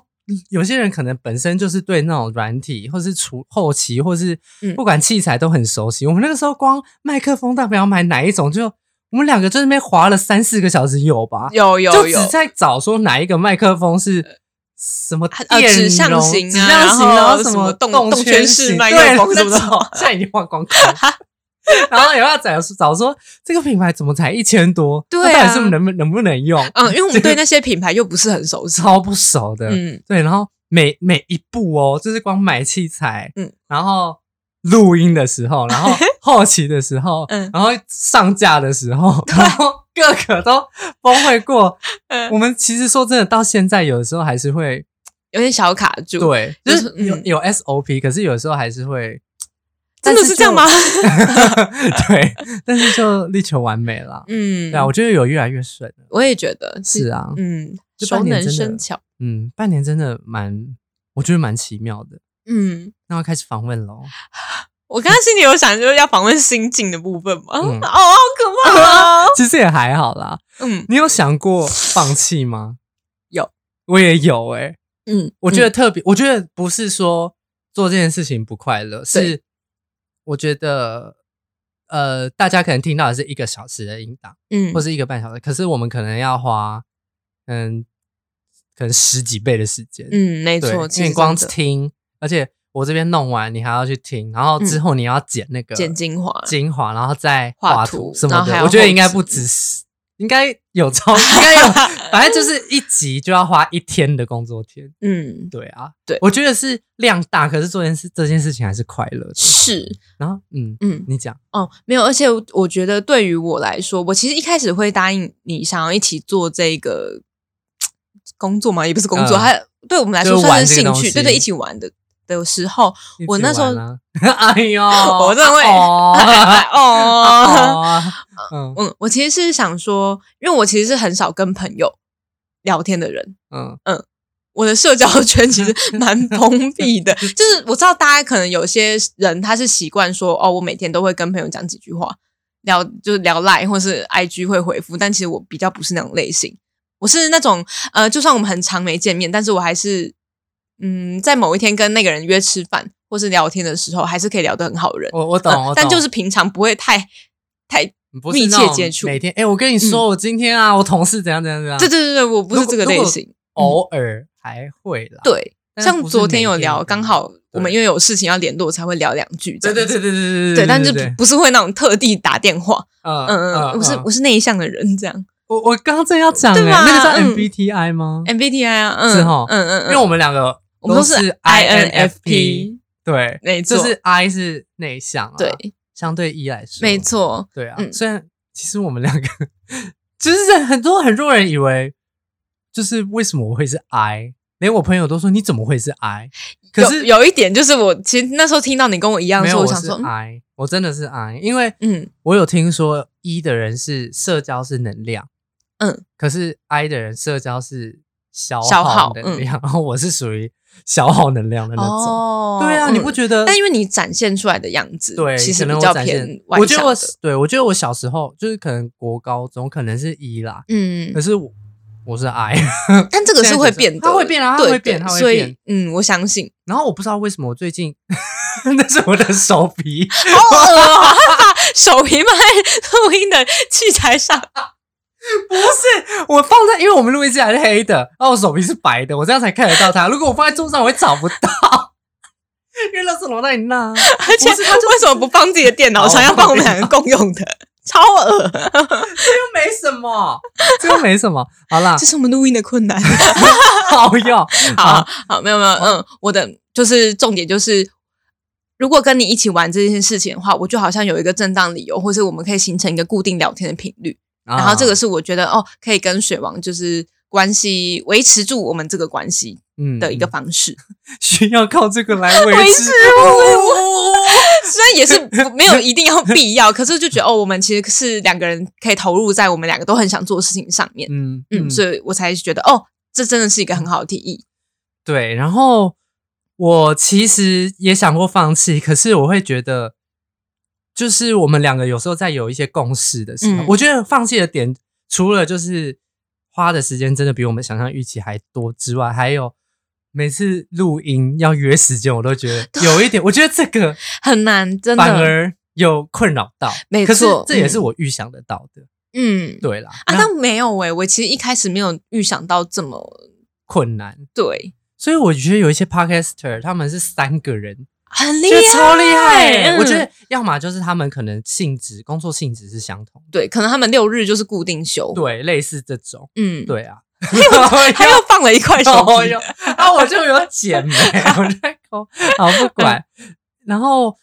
Speaker 1: 有些人可能本身就是对那种软体，或是除后期，或是
Speaker 2: 嗯
Speaker 1: 不管器材都很熟悉。我们那个时候光麦克风到底要买哪一种，就我们两个就在那边划了三四个小时有吧，
Speaker 2: 有有
Speaker 1: 就
Speaker 2: 有
Speaker 1: 只，在找说哪一个麦克风是。什么
Speaker 2: 呃
Speaker 1: 电容
Speaker 2: 指向型啊
Speaker 1: 指向型，
Speaker 2: 然后
Speaker 1: 什
Speaker 2: 什么动
Speaker 1: 动
Speaker 2: 动圈
Speaker 1: 圈
Speaker 2: 式
Speaker 1: 型
Speaker 2: 麦克
Speaker 1: 对
Speaker 2: 风什
Speaker 1: 那
Speaker 2: 么的
Speaker 1: 种现在已经忘光
Speaker 2: (laughs)
Speaker 1: 光。然后也要找找说这个品牌怎么才一千多，
Speaker 2: 对
Speaker 1: 那到
Speaker 2: 啊
Speaker 1: 底是能不能不能用？
Speaker 2: 嗯，因为我们对那些品牌又不是很熟悉。
Speaker 1: 超不熟的，
Speaker 2: 嗯，
Speaker 1: 对，然后每每一步哦，就是光买器材，
Speaker 2: 嗯
Speaker 1: 嗯，然后录音的时候，然后后期的时候，
Speaker 2: (laughs) 嗯
Speaker 1: 嗯，然后上架的时
Speaker 2: (laughs)
Speaker 1: 候，然后各个都崩溃过。
Speaker 2: 嗯
Speaker 1: 我们其实说真的，到现在有的时候还是会，
Speaker 2: 有点小卡住。，
Speaker 1: 对，就
Speaker 2: 就是
Speaker 1: 是有、
Speaker 2: 嗯
Speaker 1: 有 SOP，可是有的时候还是会，
Speaker 2: 真的是这样吗？
Speaker 1: (laughs) 对，但是就力求完美啦。
Speaker 2: 嗯，
Speaker 1: 对啊，我觉得有越来越顺了。
Speaker 2: 我也觉得
Speaker 1: 是，啊，
Speaker 2: 嗯，
Speaker 1: 这
Speaker 2: 熟
Speaker 1: 半年
Speaker 2: 能
Speaker 1: 真的
Speaker 2: 生巧，
Speaker 1: 嗯，半年真的蛮，我觉得蛮奇妙的。
Speaker 2: 嗯。
Speaker 1: 那要开始访问喽。
Speaker 2: 哦我刚刚心里有想，就是要访问心境的部分嘛。
Speaker 1: 嗯
Speaker 2: 哦，好可怕
Speaker 1: (laughs)
Speaker 2: 哦。
Speaker 1: 其实也还好啦。
Speaker 2: 嗯
Speaker 1: 你有想过放弃吗？
Speaker 2: 有，
Speaker 1: 我也有诶、
Speaker 2: 嗯，
Speaker 1: 我觉得特别，我觉得不是说做这件事情不快乐，是我觉得呃，大家可能听到的是一个小时的音档，
Speaker 2: 嗯，
Speaker 1: 或是一个半小时，可是我们可能要花嗯，可能十几倍的时间。
Speaker 2: 嗯，没
Speaker 1: 对，
Speaker 2: 错，其
Speaker 1: 因为
Speaker 2: 实
Speaker 1: 你光
Speaker 2: 真的
Speaker 1: 听，而且我这边弄完，你还要去听，然后之后你要剪那个
Speaker 2: 嗯剪精华，
Speaker 1: 精华，然后再
Speaker 2: 画
Speaker 1: 画
Speaker 2: 图
Speaker 1: 图什
Speaker 2: 然
Speaker 1: 么
Speaker 2: 后还要
Speaker 1: 的。我觉得应该
Speaker 2: 后置
Speaker 1: 不止十，应该有超，应该有，反正就是一集就要花一天的工作天。
Speaker 2: 嗯，
Speaker 1: 对啊，
Speaker 2: 对
Speaker 1: 我觉得是量大，可是做件事这件事情还是快乐的。
Speaker 2: 是，
Speaker 1: 然后，嗯，
Speaker 2: 嗯，
Speaker 1: 你讲，
Speaker 2: 哦，没有，而且我我觉得对于我来说，我其实一开始会答应你想要一起做这个工作嘛，也不是工作，
Speaker 1: 嗯
Speaker 2: 还对我们来
Speaker 1: 就
Speaker 2: 说算
Speaker 1: 玩
Speaker 2: 是
Speaker 1: 这个
Speaker 2: 兴
Speaker 1: 东
Speaker 2: 趣，对对，
Speaker 1: 西
Speaker 2: 一起玩的的
Speaker 1: (laughs)
Speaker 2: 时候，我
Speaker 1: 一起
Speaker 2: 那时候
Speaker 1: 玩啊， (laughs) 哎呦，
Speaker 2: (laughs) 我真的会 (laughs)
Speaker 1: 哦，
Speaker 2: 哦，
Speaker 1: 哦嗯
Speaker 2: (laughs) 嗯，我其实是想说，因为我其实是很少跟朋友聊天的人，
Speaker 1: 嗯，
Speaker 2: 我的
Speaker 1: (laughs)
Speaker 2: 社交圈其实蛮封闭的，就是我知道大家可能有些人他是习惯说哦，我每天都会跟朋友讲几句话，聊就是聊 Line 或是 IG 会回复，但其实我比较不是那种类型，我是那种呃，就算我们很长没见面，但是我还是嗯，在某一天跟那个人约吃饭或是聊天的时候，还是可以聊得很好的人，
Speaker 1: 我我懂，
Speaker 2: 呃
Speaker 1: 我懂，
Speaker 2: 但就是平常不会太太
Speaker 1: 不是
Speaker 2: 密切
Speaker 1: 那种
Speaker 2: 接触嗯
Speaker 1: 每天，哎，我跟你说，我今天啊，我同事怎样怎样怎样，
Speaker 2: 对对对对，我不是
Speaker 1: 如果
Speaker 2: 这个类
Speaker 1: 如果
Speaker 2: 型，
Speaker 1: 偶尔还会啦，
Speaker 2: 对。
Speaker 1: 但是
Speaker 2: 像
Speaker 1: 不是
Speaker 2: 昨天
Speaker 1: 每
Speaker 2: 有聊，
Speaker 1: 都
Speaker 2: 刚好我们
Speaker 1: 对
Speaker 2: 因为有事情要联络，才会聊两句这
Speaker 1: 对
Speaker 2: 样
Speaker 1: 对
Speaker 2: 子。
Speaker 1: 对对对对
Speaker 2: 对，但是
Speaker 1: 对
Speaker 2: 不是会那种特地打电话，
Speaker 1: 嗯
Speaker 2: 嗯嗯，我是我是内向的人，这样
Speaker 1: 我我刚刚正要讲欸，
Speaker 2: 对吧
Speaker 1: 那个叫
Speaker 2: 嗯
Speaker 1: MBTI 吗？
Speaker 2: MBTI 啊，嗯，
Speaker 1: 是齁
Speaker 2: 嗯嗯，
Speaker 1: 因为我们两个
Speaker 2: 我们都
Speaker 1: 是
Speaker 2: INFP，
Speaker 1: 对，
Speaker 2: 没错，
Speaker 1: 就是 I 是内向，啊
Speaker 2: 对，，
Speaker 1: 相对 E 来说，
Speaker 2: 没，错，
Speaker 1: 对啊。
Speaker 2: 嗯
Speaker 1: 虽然其实我们两个， (laughs) 就是很多很多人以为，就是为什么我会是 I，连我朋友都说你怎么会是 I，可
Speaker 2: 有
Speaker 1: 是
Speaker 2: 有一点就是我其实那时候听到你跟我一样
Speaker 1: 没
Speaker 2: 的时
Speaker 1: 有，
Speaker 2: 候，
Speaker 1: 我
Speaker 2: 想
Speaker 1: 是啊
Speaker 2: 说，嗯
Speaker 1: I，我真的是 I，因为
Speaker 2: 嗯
Speaker 1: 我有听说 E 的人是社交是能量，
Speaker 2: 嗯，
Speaker 1: 可是 I 的人社交是消
Speaker 2: 消耗嗯
Speaker 1: 能量，然后我是属于消耗能量的那种。
Speaker 2: 哦，
Speaker 1: 对啊，你
Speaker 2: 嗯
Speaker 1: 不觉得？
Speaker 2: 但因为你展现出来的样子，
Speaker 1: 对，
Speaker 2: 其实
Speaker 1: 可能
Speaker 2: 比
Speaker 1: 我
Speaker 2: 较
Speaker 1: 展
Speaker 2: 偏
Speaker 1: 现
Speaker 2: 外向的，
Speaker 1: 我觉得我对我觉得我小时候就是可能国高中可能是 E 啦，
Speaker 2: 嗯
Speaker 1: 可，是我我是 I， (laughs)
Speaker 2: 但这个是会变的，
Speaker 1: 它会变啊它
Speaker 2: 对
Speaker 1: 会变
Speaker 2: 对
Speaker 1: 它会
Speaker 2: 所以
Speaker 1: 变
Speaker 2: 嗯，我相信，
Speaker 1: 然后我不知道为什么我最近 (laughs) 那是我的手皮，
Speaker 2: 好恶哦， (laughs) 把手皮放在录音的器材上，
Speaker 1: 我放在，因为我们录音机还是黑的，然后我手皮是白的，我这样才看得到它。如果我放在桌上，我会找不到， (laughs) 因为垃圾桶在你那。
Speaker 2: 而且
Speaker 1: 不是它就
Speaker 2: 为什么不放自己的电脑上，
Speaker 1: 哦
Speaker 2: 要放我们两个共用的？超恶，
Speaker 1: 又没什么，这又没什么。好啦
Speaker 2: (laughs) 这，是我们录音的困难。
Speaker 1: 啊好用。
Speaker 2: 好好，没有没有，嗯，我的就是重点就是，如果跟你一起玩这件事情的话，我就好像有一个正当理由，或是我们可以形成一个固定聊天的频率。然后这个
Speaker 1: 啊，
Speaker 2: 是我觉得哦，可以跟水王就是关系维持住我们这个关系
Speaker 1: 嗯
Speaker 2: 的一个方式，
Speaker 1: 需要靠这个来维
Speaker 2: 维
Speaker 1: 持
Speaker 2: 持
Speaker 1: 哦
Speaker 2: 虽然也是不没有一定要必要，可是就觉得哦，我们其实是两个人可以投入在我们两个都很想做的事情上面。
Speaker 1: 嗯
Speaker 2: 嗯，
Speaker 1: 嗯，
Speaker 2: 所以我才觉得哦，这真的是一个很好的提议。
Speaker 1: 对。然后我其实也想过放弃，可是我会觉得，就是我们两个有时候在有一些共识的时候，
Speaker 2: 嗯
Speaker 1: 我觉得放弃的点除了就是花的时间真的比我们想象预期还多之外，还有每次录音要约时间，我都觉
Speaker 2: (laughs)
Speaker 1: 得有一点，我觉得这个
Speaker 2: 很难， (laughs) 真的。
Speaker 1: 反而有困扰到。
Speaker 2: (laughs) 没
Speaker 1: 可是
Speaker 2: 错
Speaker 1: 这也
Speaker 2: 嗯
Speaker 1: 是我预想得到的。
Speaker 2: 嗯，
Speaker 1: 对啦，
Speaker 2: 啊，
Speaker 1: 那
Speaker 2: 但没有诶、我其实一开始没有预想到这么嗯
Speaker 1: 困难。
Speaker 2: 对，
Speaker 1: 所以我觉得有一些 podcaster 他们是三个人，
Speaker 2: 很
Speaker 1: 就
Speaker 2: 厉害，
Speaker 1: 超厉害、欸
Speaker 2: 嗯
Speaker 1: 我觉得要么就是他们可能性质工作性质是相同的，
Speaker 2: 对，可能他们六日就是固定休。，
Speaker 1: 对，类似这种，
Speaker 2: 嗯，，
Speaker 1: 对 (laughs) 啊。
Speaker 2: 他又放了一块手
Speaker 1: (laughs) 有
Speaker 2: 机
Speaker 1: 有，啊，我就有剪没，我在抠，好不管。然后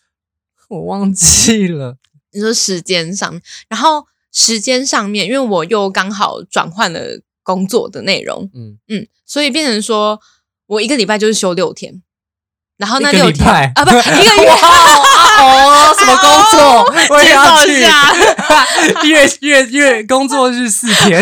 Speaker 1: 我忘记了，
Speaker 2: 你说时间上面，然后时间上面，因为我又刚好转换了工作的内容，
Speaker 1: 嗯，
Speaker 2: 嗯，所以变成说我一个礼拜就是休六天，然后那
Speaker 1: 一个
Speaker 2: 六
Speaker 1: 礼
Speaker 2: 天
Speaker 1: 拜
Speaker 2: 啊，不一个
Speaker 1: (laughs) (laughs)
Speaker 2: 月
Speaker 1: 哇。啊哦，什么工作？我也要
Speaker 2: 介绍
Speaker 1: 去，月月月工作日四 (laughs) 天，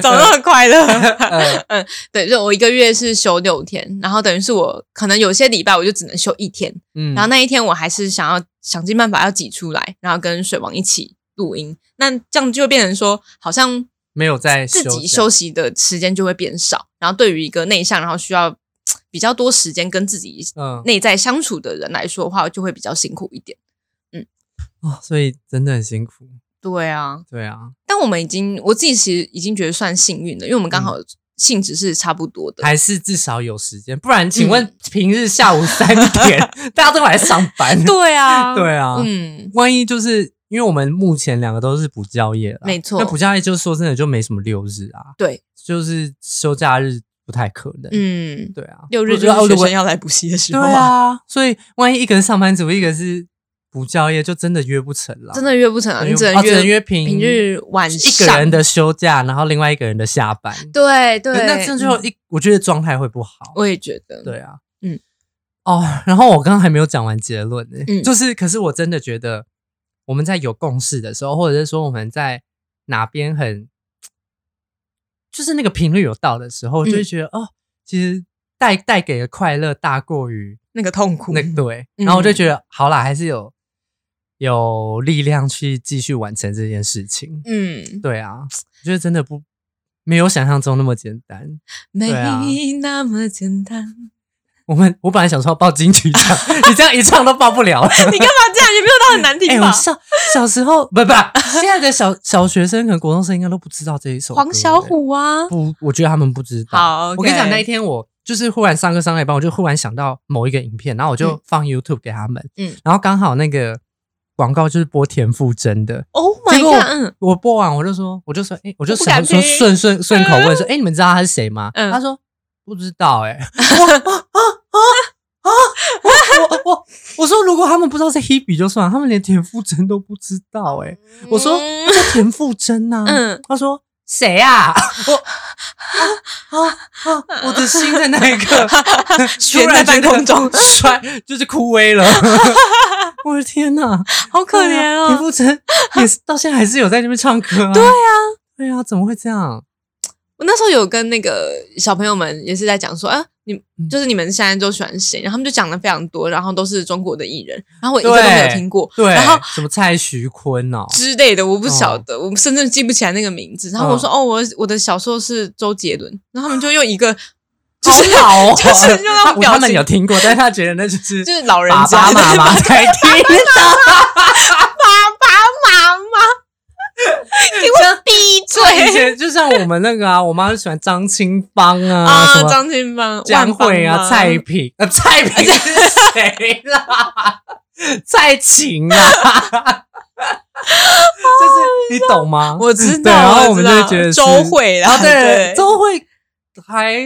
Speaker 2: 走得很快乐。
Speaker 1: 呃
Speaker 2: (laughs) 嗯，对，就我一个月是休六天，然后等于是我可能有些礼拜我就只能休一天，
Speaker 1: 嗯
Speaker 2: 然后那一天我还是想要想尽办法要挤出来，然后跟水王一起录音。那这样就会变成说，好像
Speaker 1: 没有在
Speaker 2: 自己
Speaker 1: 休
Speaker 2: 休息的时间就会变少。然后对于一个内向，然后需要比较多时间跟自己
Speaker 1: 嗯
Speaker 2: 内在相处的人来说的话，就会比较辛苦一点。
Speaker 1: 哦，所以真的很辛苦。
Speaker 2: 对啊，
Speaker 1: 对啊，
Speaker 2: 但我们已经我自己其实已经觉得算幸运了，因为我们刚好性质是差不多
Speaker 1: 嗯
Speaker 2: 的。(laughs)
Speaker 1: 还是至少有时间，不然
Speaker 2: 嗯
Speaker 1: 请问平日下午三
Speaker 2: (laughs)
Speaker 1: 点、大家都来上班？
Speaker 2: 对
Speaker 1: (laughs)
Speaker 2: 啊，
Speaker 1: 对啊，
Speaker 2: 嗯，
Speaker 1: 万一就是因为我们目前两个都是补教业啦，
Speaker 2: 没错
Speaker 1: 那补教业就说真的就没什么六日啊，
Speaker 2: 对，
Speaker 1: 就是休假日不太可能。
Speaker 2: 嗯，
Speaker 1: 对啊，
Speaker 2: 六日就
Speaker 1: 我觉得
Speaker 2: 是学
Speaker 1: 如果
Speaker 2: 生要来补习的时
Speaker 1: 对
Speaker 2: 候啊，
Speaker 1: 啊，所以万一一个人上班族，一个是补教业，就真的约不成了，
Speaker 2: 真的约不成啊，
Speaker 1: 对
Speaker 2: 你只
Speaker 1: 哦
Speaker 2: 能
Speaker 1: 只
Speaker 2: 约
Speaker 1: 能约平
Speaker 2: 平日晚
Speaker 1: 一
Speaker 2: 上
Speaker 1: 个人的休假，然后另外一个人的下班。
Speaker 2: 对对，
Speaker 1: 那这样就
Speaker 2: 嗯
Speaker 1: 一，我觉得状态会不好。
Speaker 2: 我也觉得，
Speaker 1: 对啊，
Speaker 2: 嗯，
Speaker 1: 哦，然后我刚刚还没有讲完结论呢、
Speaker 2: 嗯
Speaker 1: 就是可是我真的觉得我们在有共识的时候，或者是说我们在哪边很，就是那个频率有到的时候，
Speaker 2: 嗯
Speaker 1: 就会觉得、哦，其实带带给的快乐大过于
Speaker 2: 那个痛苦
Speaker 1: 那个对，
Speaker 2: 嗯
Speaker 1: 然后我就觉得好啦，还是有有力量去继续完成这件事情。
Speaker 2: 嗯，
Speaker 1: 对啊，我觉得真的不没有想象中那么简单。
Speaker 2: 没
Speaker 1: 啊
Speaker 2: 那么简单。
Speaker 1: 我们我本来想说要报金曲奖，你这样一唱都报不
Speaker 2: (laughs)
Speaker 1: 了了。
Speaker 2: (laughs) 你干嘛这样？你没有到很难
Speaker 1: 哎、
Speaker 2: 听
Speaker 1: 我
Speaker 2: 吧？
Speaker 1: 小小时
Speaker 2: (laughs)
Speaker 1: 候不不，现在的小小学生可能国中生应该都不知道这一首歌欸
Speaker 2: 黄小。虎啊
Speaker 1: 哎，不，我觉得他们不知道。
Speaker 2: 好，OK
Speaker 1: 我跟你讲，那一天我就是忽然上课上到一半，我就忽然想到某一个影片，然后我就
Speaker 2: 嗯
Speaker 1: 放 YouTube 给他们，
Speaker 2: 嗯
Speaker 1: 然后刚好那个广告就是播田馥甄的，
Speaker 2: ，Oh
Speaker 1: 结
Speaker 2: my
Speaker 1: 果
Speaker 2: god，嗯，
Speaker 1: 我播完我就说，我就说，哎、我就
Speaker 2: 我不
Speaker 1: 想
Speaker 2: 敢
Speaker 1: 说
Speaker 2: 听
Speaker 1: 顺顺顺口问说，哎、你们知道他是谁吗？
Speaker 2: 嗯
Speaker 1: 他说不知道、
Speaker 2: (laughs)
Speaker 1: 诶哎，我啊啊啊啊！我我我我说，如果他们不知道是 Hebe 就算了，他们连田馥甄都不知道、诶哎，我说
Speaker 2: 嗯
Speaker 1: 这田馥甄啊呐、
Speaker 2: 嗯
Speaker 1: 他说谁啊？我啊啊啊！我的心在那一
Speaker 2: (laughs)
Speaker 1: 刻
Speaker 2: 悬
Speaker 1: 突然
Speaker 2: 在半
Speaker 1: 觉得
Speaker 2: 空中
Speaker 1: 摔，就是枯萎
Speaker 2: (laughs)
Speaker 1: 了。我的天呐，
Speaker 2: 好可怜
Speaker 1: 对啊
Speaker 2: 哦，
Speaker 1: 田馥甄也是到现在还是有在那边唱歌啊。对啊，对啊，怎么会这样？
Speaker 2: 我那时候有跟那个小朋友们也是在讲说，啊，你
Speaker 1: 嗯
Speaker 2: 就是你们现在都喜欢谁？然后他们就讲了非常多，然后都是中国的艺人，然后我一个
Speaker 1: 对
Speaker 2: 都没有听过
Speaker 1: 对，
Speaker 2: 然后
Speaker 1: 什么蔡徐坤哦，
Speaker 2: 之类的，我不晓得，我甚至记不起来那个名字。然后我说，哦，我我的小时候是周杰伦，然后他们就用一个 (laughs) 就是
Speaker 1: 好老哦，
Speaker 2: (laughs) 就是用那种表情
Speaker 1: 他们有听过，但是他觉得那就是
Speaker 2: 就是老人
Speaker 1: 爸
Speaker 2: 家
Speaker 1: 爸妈妈才听
Speaker 2: (laughs)
Speaker 1: 的，
Speaker 2: 妈妈，给我 (laughs) 闭
Speaker 1: 以
Speaker 2: 嘴
Speaker 1: 前就像我们那个啊，我妈就喜欢张清芳啊，什
Speaker 2: 啊！
Speaker 1: 么
Speaker 2: 张清芳、
Speaker 1: 江蕙
Speaker 2: 万芳
Speaker 1: 啊，蔡萍， (laughs) 呃，蔡萍
Speaker 2: 啊
Speaker 1: 是谁
Speaker 2: (laughs)
Speaker 1: 啦？蔡琴啊，就是你懂吗？
Speaker 2: 哎我知道，
Speaker 1: 啊对然后
Speaker 2: 知
Speaker 1: 我们就会
Speaker 2: 道
Speaker 1: 觉得是
Speaker 2: 周慧啦，
Speaker 1: 啊，对，
Speaker 2: 周
Speaker 1: 周嗯慧还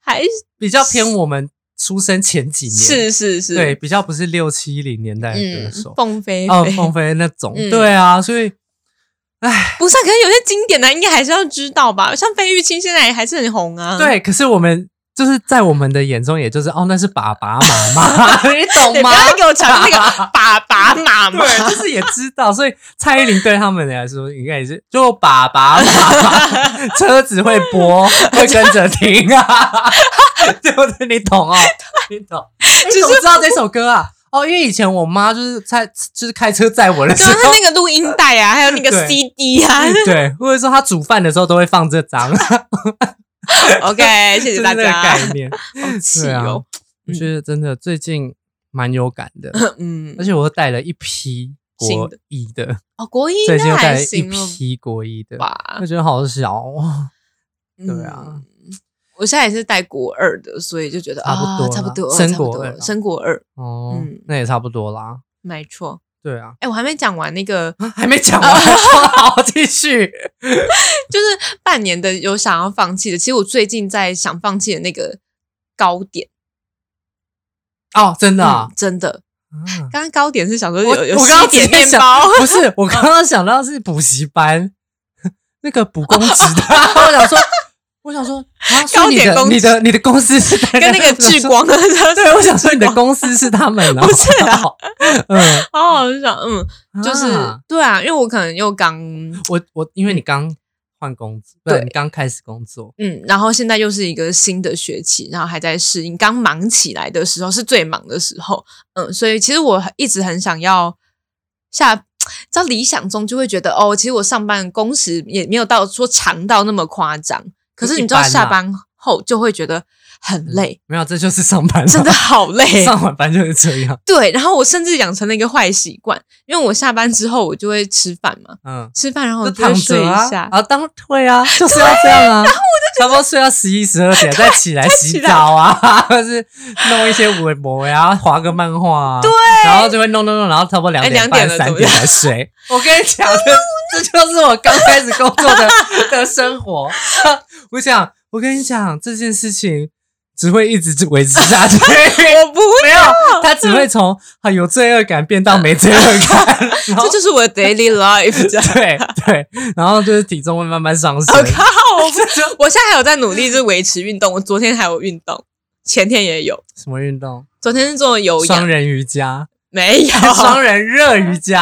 Speaker 2: 还
Speaker 1: 比较偏我们出生前几年，
Speaker 2: 是是是，
Speaker 1: 对，，比较不是六七零年代的歌
Speaker 2: 嗯
Speaker 1: 手，，
Speaker 2: 凤飞
Speaker 1: 哦，
Speaker 2: 飞，
Speaker 1: 凤飞那种，
Speaker 2: 嗯
Speaker 1: 对啊，所以
Speaker 2: 不是啊，可能有些经典的应该还是要知道吧，像费玉清现在还是很红啊，，
Speaker 1: 对，可是我们就是在我们的眼中，也就是哦，那是爸爸妈
Speaker 2: (laughs)
Speaker 1: 妈，你懂
Speaker 2: 对，不
Speaker 1: 吗？
Speaker 2: 要再给我讲那个
Speaker 1: (laughs)
Speaker 2: 爸爸妈妈，
Speaker 1: 对，
Speaker 2: (laughs)
Speaker 1: 就是也知道，所以蔡依林对他们来说，应该也是就爸爸妈妈，车子会播，会跟着听啊， (laughs) 对不对？你懂哦，你懂。
Speaker 2: 只
Speaker 1: 你
Speaker 2: 是
Speaker 1: 怎么知道这首歌啊？哦，因为以前我妈就是在就是开车载我的时 (laughs)
Speaker 2: 刚刚
Speaker 1: 候，
Speaker 2: 啊那个录音带啊，还有那个
Speaker 1: 对
Speaker 2: CD
Speaker 1: (laughs)
Speaker 2: 啊
Speaker 1: 对，或者说她煮饭的时候都会放这张，
Speaker 2: ，OK，谢谢大
Speaker 1: 就是那个
Speaker 2: 家，
Speaker 1: 概
Speaker 2: (laughs)
Speaker 1: 念。
Speaker 2: 好气
Speaker 1: 对啊
Speaker 2: 哦，，
Speaker 1: 我觉得真的最近蛮有感的，
Speaker 2: 嗯
Speaker 1: 而，且我又带了一批
Speaker 2: 新
Speaker 1: 国
Speaker 2: 的
Speaker 1: 一的，
Speaker 2: 哦，国一
Speaker 1: 最近
Speaker 2: 那
Speaker 1: 又带
Speaker 2: 还
Speaker 1: 了一
Speaker 2: 行哦了
Speaker 1: 批国一的，
Speaker 2: 吧
Speaker 1: 我，觉得好小哦，对啊
Speaker 2: 嗯。我现在也是带国二的，所以就觉得
Speaker 1: 差不
Speaker 2: 啊
Speaker 1: 多啦
Speaker 2: 差不多，
Speaker 1: 升
Speaker 2: 差不
Speaker 1: 国
Speaker 2: 多
Speaker 1: 二啦
Speaker 2: 升国二，
Speaker 1: 哦
Speaker 2: 嗯，
Speaker 1: 那也差不多啦。
Speaker 2: 没错。
Speaker 1: 对啊，
Speaker 2: 哎，我还没讲完那个，
Speaker 1: 还没讲完， (laughs) 好，继续。
Speaker 2: (laughs) 就是半年的有想要放弃的。其实我最近在想放弃的那个糕点，
Speaker 1: 哦，真的啊
Speaker 2: 嗯，真的。
Speaker 1: 啊
Speaker 2: 刚刚糕点是想说
Speaker 1: 我
Speaker 2: 有有
Speaker 1: 我刚刚
Speaker 2: 西点
Speaker 1: 直接
Speaker 2: 面
Speaker 1: 想
Speaker 2: 包，
Speaker 1: 啊不是，我刚刚想到是补习班 (laughs) 那个补公职的， (laughs) 我想说，我想说啊，所以你
Speaker 2: 高铁
Speaker 1: 的
Speaker 2: 哦公职
Speaker 1: 你的你的公司是
Speaker 2: (laughs) 跟
Speaker 1: (laughs)
Speaker 2: 那个智，光的，
Speaker 1: 对，我想说你的公司是他
Speaker 2: (laughs)
Speaker 1: 们啊，
Speaker 2: 不是啊
Speaker 1: 好，嗯，
Speaker 2: (laughs) 好好笑。嗯， (laughs) 就是
Speaker 1: 啊
Speaker 2: 对啊，因为我可能又刚
Speaker 1: 我我因为你刚换工作，对，
Speaker 2: 对
Speaker 1: 你刚开始工作，
Speaker 2: 嗯，然后现在又是一个新的学期，然后还在适应。刚忙起来的时候是最忙的时候，嗯，所以其实我一直很想要下，在理想中就会觉得哦，其实我上班工时也没有到说长到那么夸张，可是你知道
Speaker 1: 一般啊
Speaker 2: 下班后就会觉得很累，
Speaker 1: 没有，这就是上班，
Speaker 2: 真的。好
Speaker 1: (laughs)
Speaker 2: 累。
Speaker 1: 上晚班就是这样，
Speaker 2: 对，然后我甚至养成了一个坏习惯，因为我下班之后我就会吃饭嘛，
Speaker 1: 嗯，
Speaker 2: 吃饭然后我
Speaker 1: 就
Speaker 2: 就会
Speaker 1: 躺
Speaker 2: 哦睡
Speaker 1: 着
Speaker 2: 一
Speaker 1: 啊
Speaker 2: 下，，
Speaker 1: (laughs) 啊，当会
Speaker 2: (laughs)
Speaker 1: 啊，就是要这样啊，然后我就差不多睡到十一十二点，
Speaker 2: 啊
Speaker 1: 再起来洗澡啊， (laughs) 或是弄一些微博呀，划个漫画啊，对，然后就会弄弄弄，然后差不多两
Speaker 2: 哎
Speaker 1: 点
Speaker 2: 两
Speaker 1: 半
Speaker 2: 点了
Speaker 1: 三
Speaker 2: 怎么
Speaker 1: 点
Speaker 2: 样
Speaker 1: 才睡。 (laughs) 我跟你讲，这这就是我刚开始工作
Speaker 2: (laughs)
Speaker 1: 的的生活。 (laughs) 我想，我跟你讲这件事情。只会一直维持下
Speaker 2: (laughs)
Speaker 1: 去，
Speaker 2: 我不
Speaker 1: 没有，它只会从啊有罪恶感变到没罪恶感，然后
Speaker 2: 这 (laughs) 就是我的 daily life 这样。
Speaker 1: 对对，然后就是体重会慢慢上
Speaker 2: (laughs)
Speaker 1: 升。
Speaker 2: 我靠！哦我不我现在还有在努力，就是维持运动。我昨天还有运动，前天也有。
Speaker 1: 什么运动？
Speaker 2: 昨天是做有
Speaker 1: 双
Speaker 2: 氧，
Speaker 1: 人瑜伽，
Speaker 2: 没有。
Speaker 1: (laughs) 双人热瑜
Speaker 2: (laughs)
Speaker 1: 伽。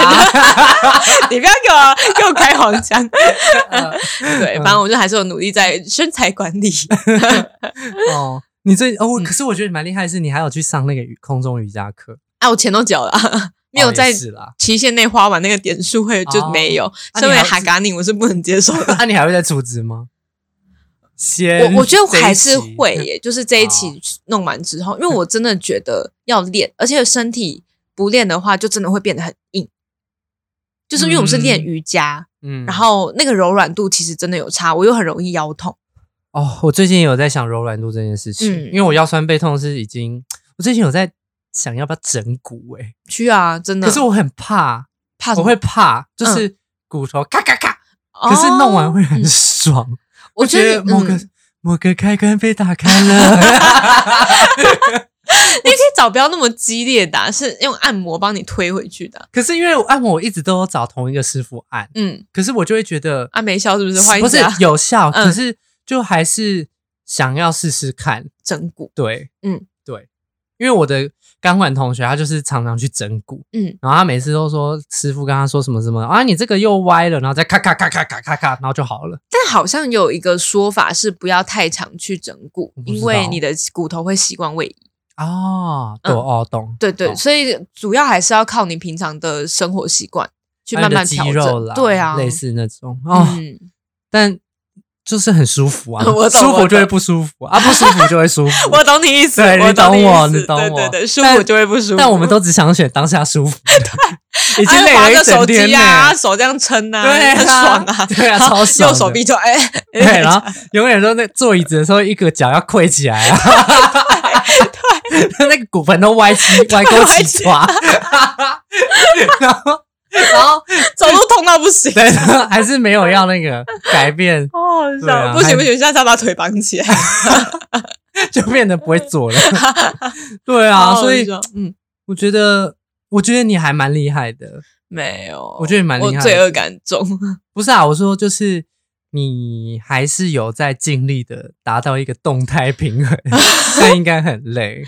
Speaker 2: 你不要给我给我开黄腔。
Speaker 1: 呃 (laughs)
Speaker 2: 对，
Speaker 1: 嗯
Speaker 2: 反正我就还是有努力在身材管理。
Speaker 1: 哦，你最哦，
Speaker 2: 嗯
Speaker 1: 我可是我觉得你蛮厉害，是你还有去上那个瑜空中瑜伽课，
Speaker 2: 啊，我钱都缴了啊，没有
Speaker 1: 哦
Speaker 2: 在
Speaker 1: 也是啦。 (laughs)
Speaker 2: 期限内花完那个点数会就
Speaker 1: 哦
Speaker 2: 没有。
Speaker 1: 你
Speaker 2: 身为
Speaker 1: 还
Speaker 2: 哈嘎宁，我是不能接受的。
Speaker 1: 那啊你还会再出资吗？先，
Speaker 2: 我我觉得我还是
Speaker 1: 这一集 (laughs)
Speaker 2: 会耶，就是这一期弄完之后，因为我真的觉得要练，而且身体不练的话，就真的会变得很硬。就是因为我们是练
Speaker 1: 嗯
Speaker 2: 瑜伽，
Speaker 1: 嗯
Speaker 2: 然后那个柔软度其实真的有差，我又很容易腰痛，
Speaker 1: 哦，我最近有在想柔软度这件事情，
Speaker 2: 嗯
Speaker 1: 因为我腰酸背痛是已经，我最近有在想要不要整骨哎、
Speaker 2: 去啊，真的。
Speaker 1: 可是我很怕，
Speaker 2: 怕什
Speaker 1: 我
Speaker 2: 么嗯哦
Speaker 1: 会怕，就是骨头咔咔咔，可是弄完会很爽。
Speaker 2: 我
Speaker 1: 觉
Speaker 2: 觉
Speaker 1: 得
Speaker 2: 得
Speaker 1: 某个、
Speaker 2: 嗯 (laughs)
Speaker 1: 某个开关被打开了，
Speaker 2: 你可以找不要那么激烈的啊、是用按摩帮你推回去的啊、
Speaker 1: 可是因为我按摩我一直都有找同一个师傅按，
Speaker 2: 嗯，
Speaker 1: 可是我就会觉得
Speaker 2: 按、啊没效是不是？换一
Speaker 1: 不是
Speaker 2: 家
Speaker 1: 有效，
Speaker 2: (laughs) 嗯
Speaker 1: 可是就还是想要试试看。
Speaker 2: 整骨，
Speaker 1: 对，
Speaker 2: 嗯，
Speaker 1: 对，因为我的钢管同学他就是常常去整骨，
Speaker 2: 嗯，
Speaker 1: 然后他每次都说师傅跟他说什么什么啊，你这个又歪了，然后再咔咔咔咔咔咔咔，然后就好了。
Speaker 2: 但好像有一个说法是不要太常去整骨
Speaker 1: 我，不知
Speaker 2: 因
Speaker 1: 道
Speaker 2: 为你的骨头会习惯位移。
Speaker 1: 哦，
Speaker 2: 嗯
Speaker 1: 懂哦，懂，
Speaker 2: 对对，
Speaker 1: 懂
Speaker 2: 所以主要还是要靠你平常的生活习惯去
Speaker 1: 还有
Speaker 2: 慢
Speaker 1: 你的
Speaker 2: 慢
Speaker 1: 肌
Speaker 2: 调
Speaker 1: 肉
Speaker 2: 整。
Speaker 1: 啦，
Speaker 2: 对啊，
Speaker 1: 类似那种哦，
Speaker 2: 嗯，
Speaker 1: 但就是很舒服啊，
Speaker 2: (laughs) 我懂
Speaker 1: 舒
Speaker 2: 我
Speaker 1: 服
Speaker 2: 懂。
Speaker 1: 就会不舒服啊，不舒服就会舒服
Speaker 2: 我懂你意
Speaker 1: (laughs)
Speaker 2: 思，
Speaker 1: 对你
Speaker 2: 我
Speaker 1: 懂
Speaker 2: 你
Speaker 1: 我
Speaker 2: 意
Speaker 1: 你
Speaker 2: 思
Speaker 1: 懂
Speaker 2: 对
Speaker 1: 我
Speaker 2: 对对，舒
Speaker 1: 但
Speaker 2: 服就会不舒服。
Speaker 1: 但我们都只想选当下舒
Speaker 2: (laughs)
Speaker 1: 服 (laughs) 的，已经累了
Speaker 2: 啊划
Speaker 1: 一
Speaker 2: 个手
Speaker 1: 整天
Speaker 2: 机
Speaker 1: 呢、
Speaker 2: 啊，手这样撑啊，
Speaker 1: 对啊
Speaker 2: 很爽啊，
Speaker 1: 对
Speaker 2: (laughs)
Speaker 1: 啊
Speaker 2: 然
Speaker 1: 超
Speaker 2: 后
Speaker 1: 爽的
Speaker 2: 右手臂就哎，哎
Speaker 1: 对，然后永远都在坐椅子的时候，一个脚要跪起来啊， (laughs) 那个骨盆都歪
Speaker 2: (laughs)
Speaker 1: 七歪勾起抓， (laughs) 然后
Speaker 2: 然后 (laughs) 走路痛到不行，
Speaker 1: 对，然后还是没有要那个改变，
Speaker 2: 好好
Speaker 1: 对啊
Speaker 2: 笑，不行不行，下次要把腿绑起来。
Speaker 1: (laughs) 就变得不会左
Speaker 2: (laughs)
Speaker 1: 了。对
Speaker 2: 好
Speaker 1: 啊，
Speaker 2: 好
Speaker 1: 所以
Speaker 2: 笑嗯，
Speaker 1: 我觉得，我觉得你还蛮厉害的。
Speaker 2: 没有，
Speaker 1: 我觉得你蛮厉害的
Speaker 2: 我罪恶感重，
Speaker 1: 不是啊，我说就是你还是有在尽力的达到一个动态平衡， (laughs) 那应该很累。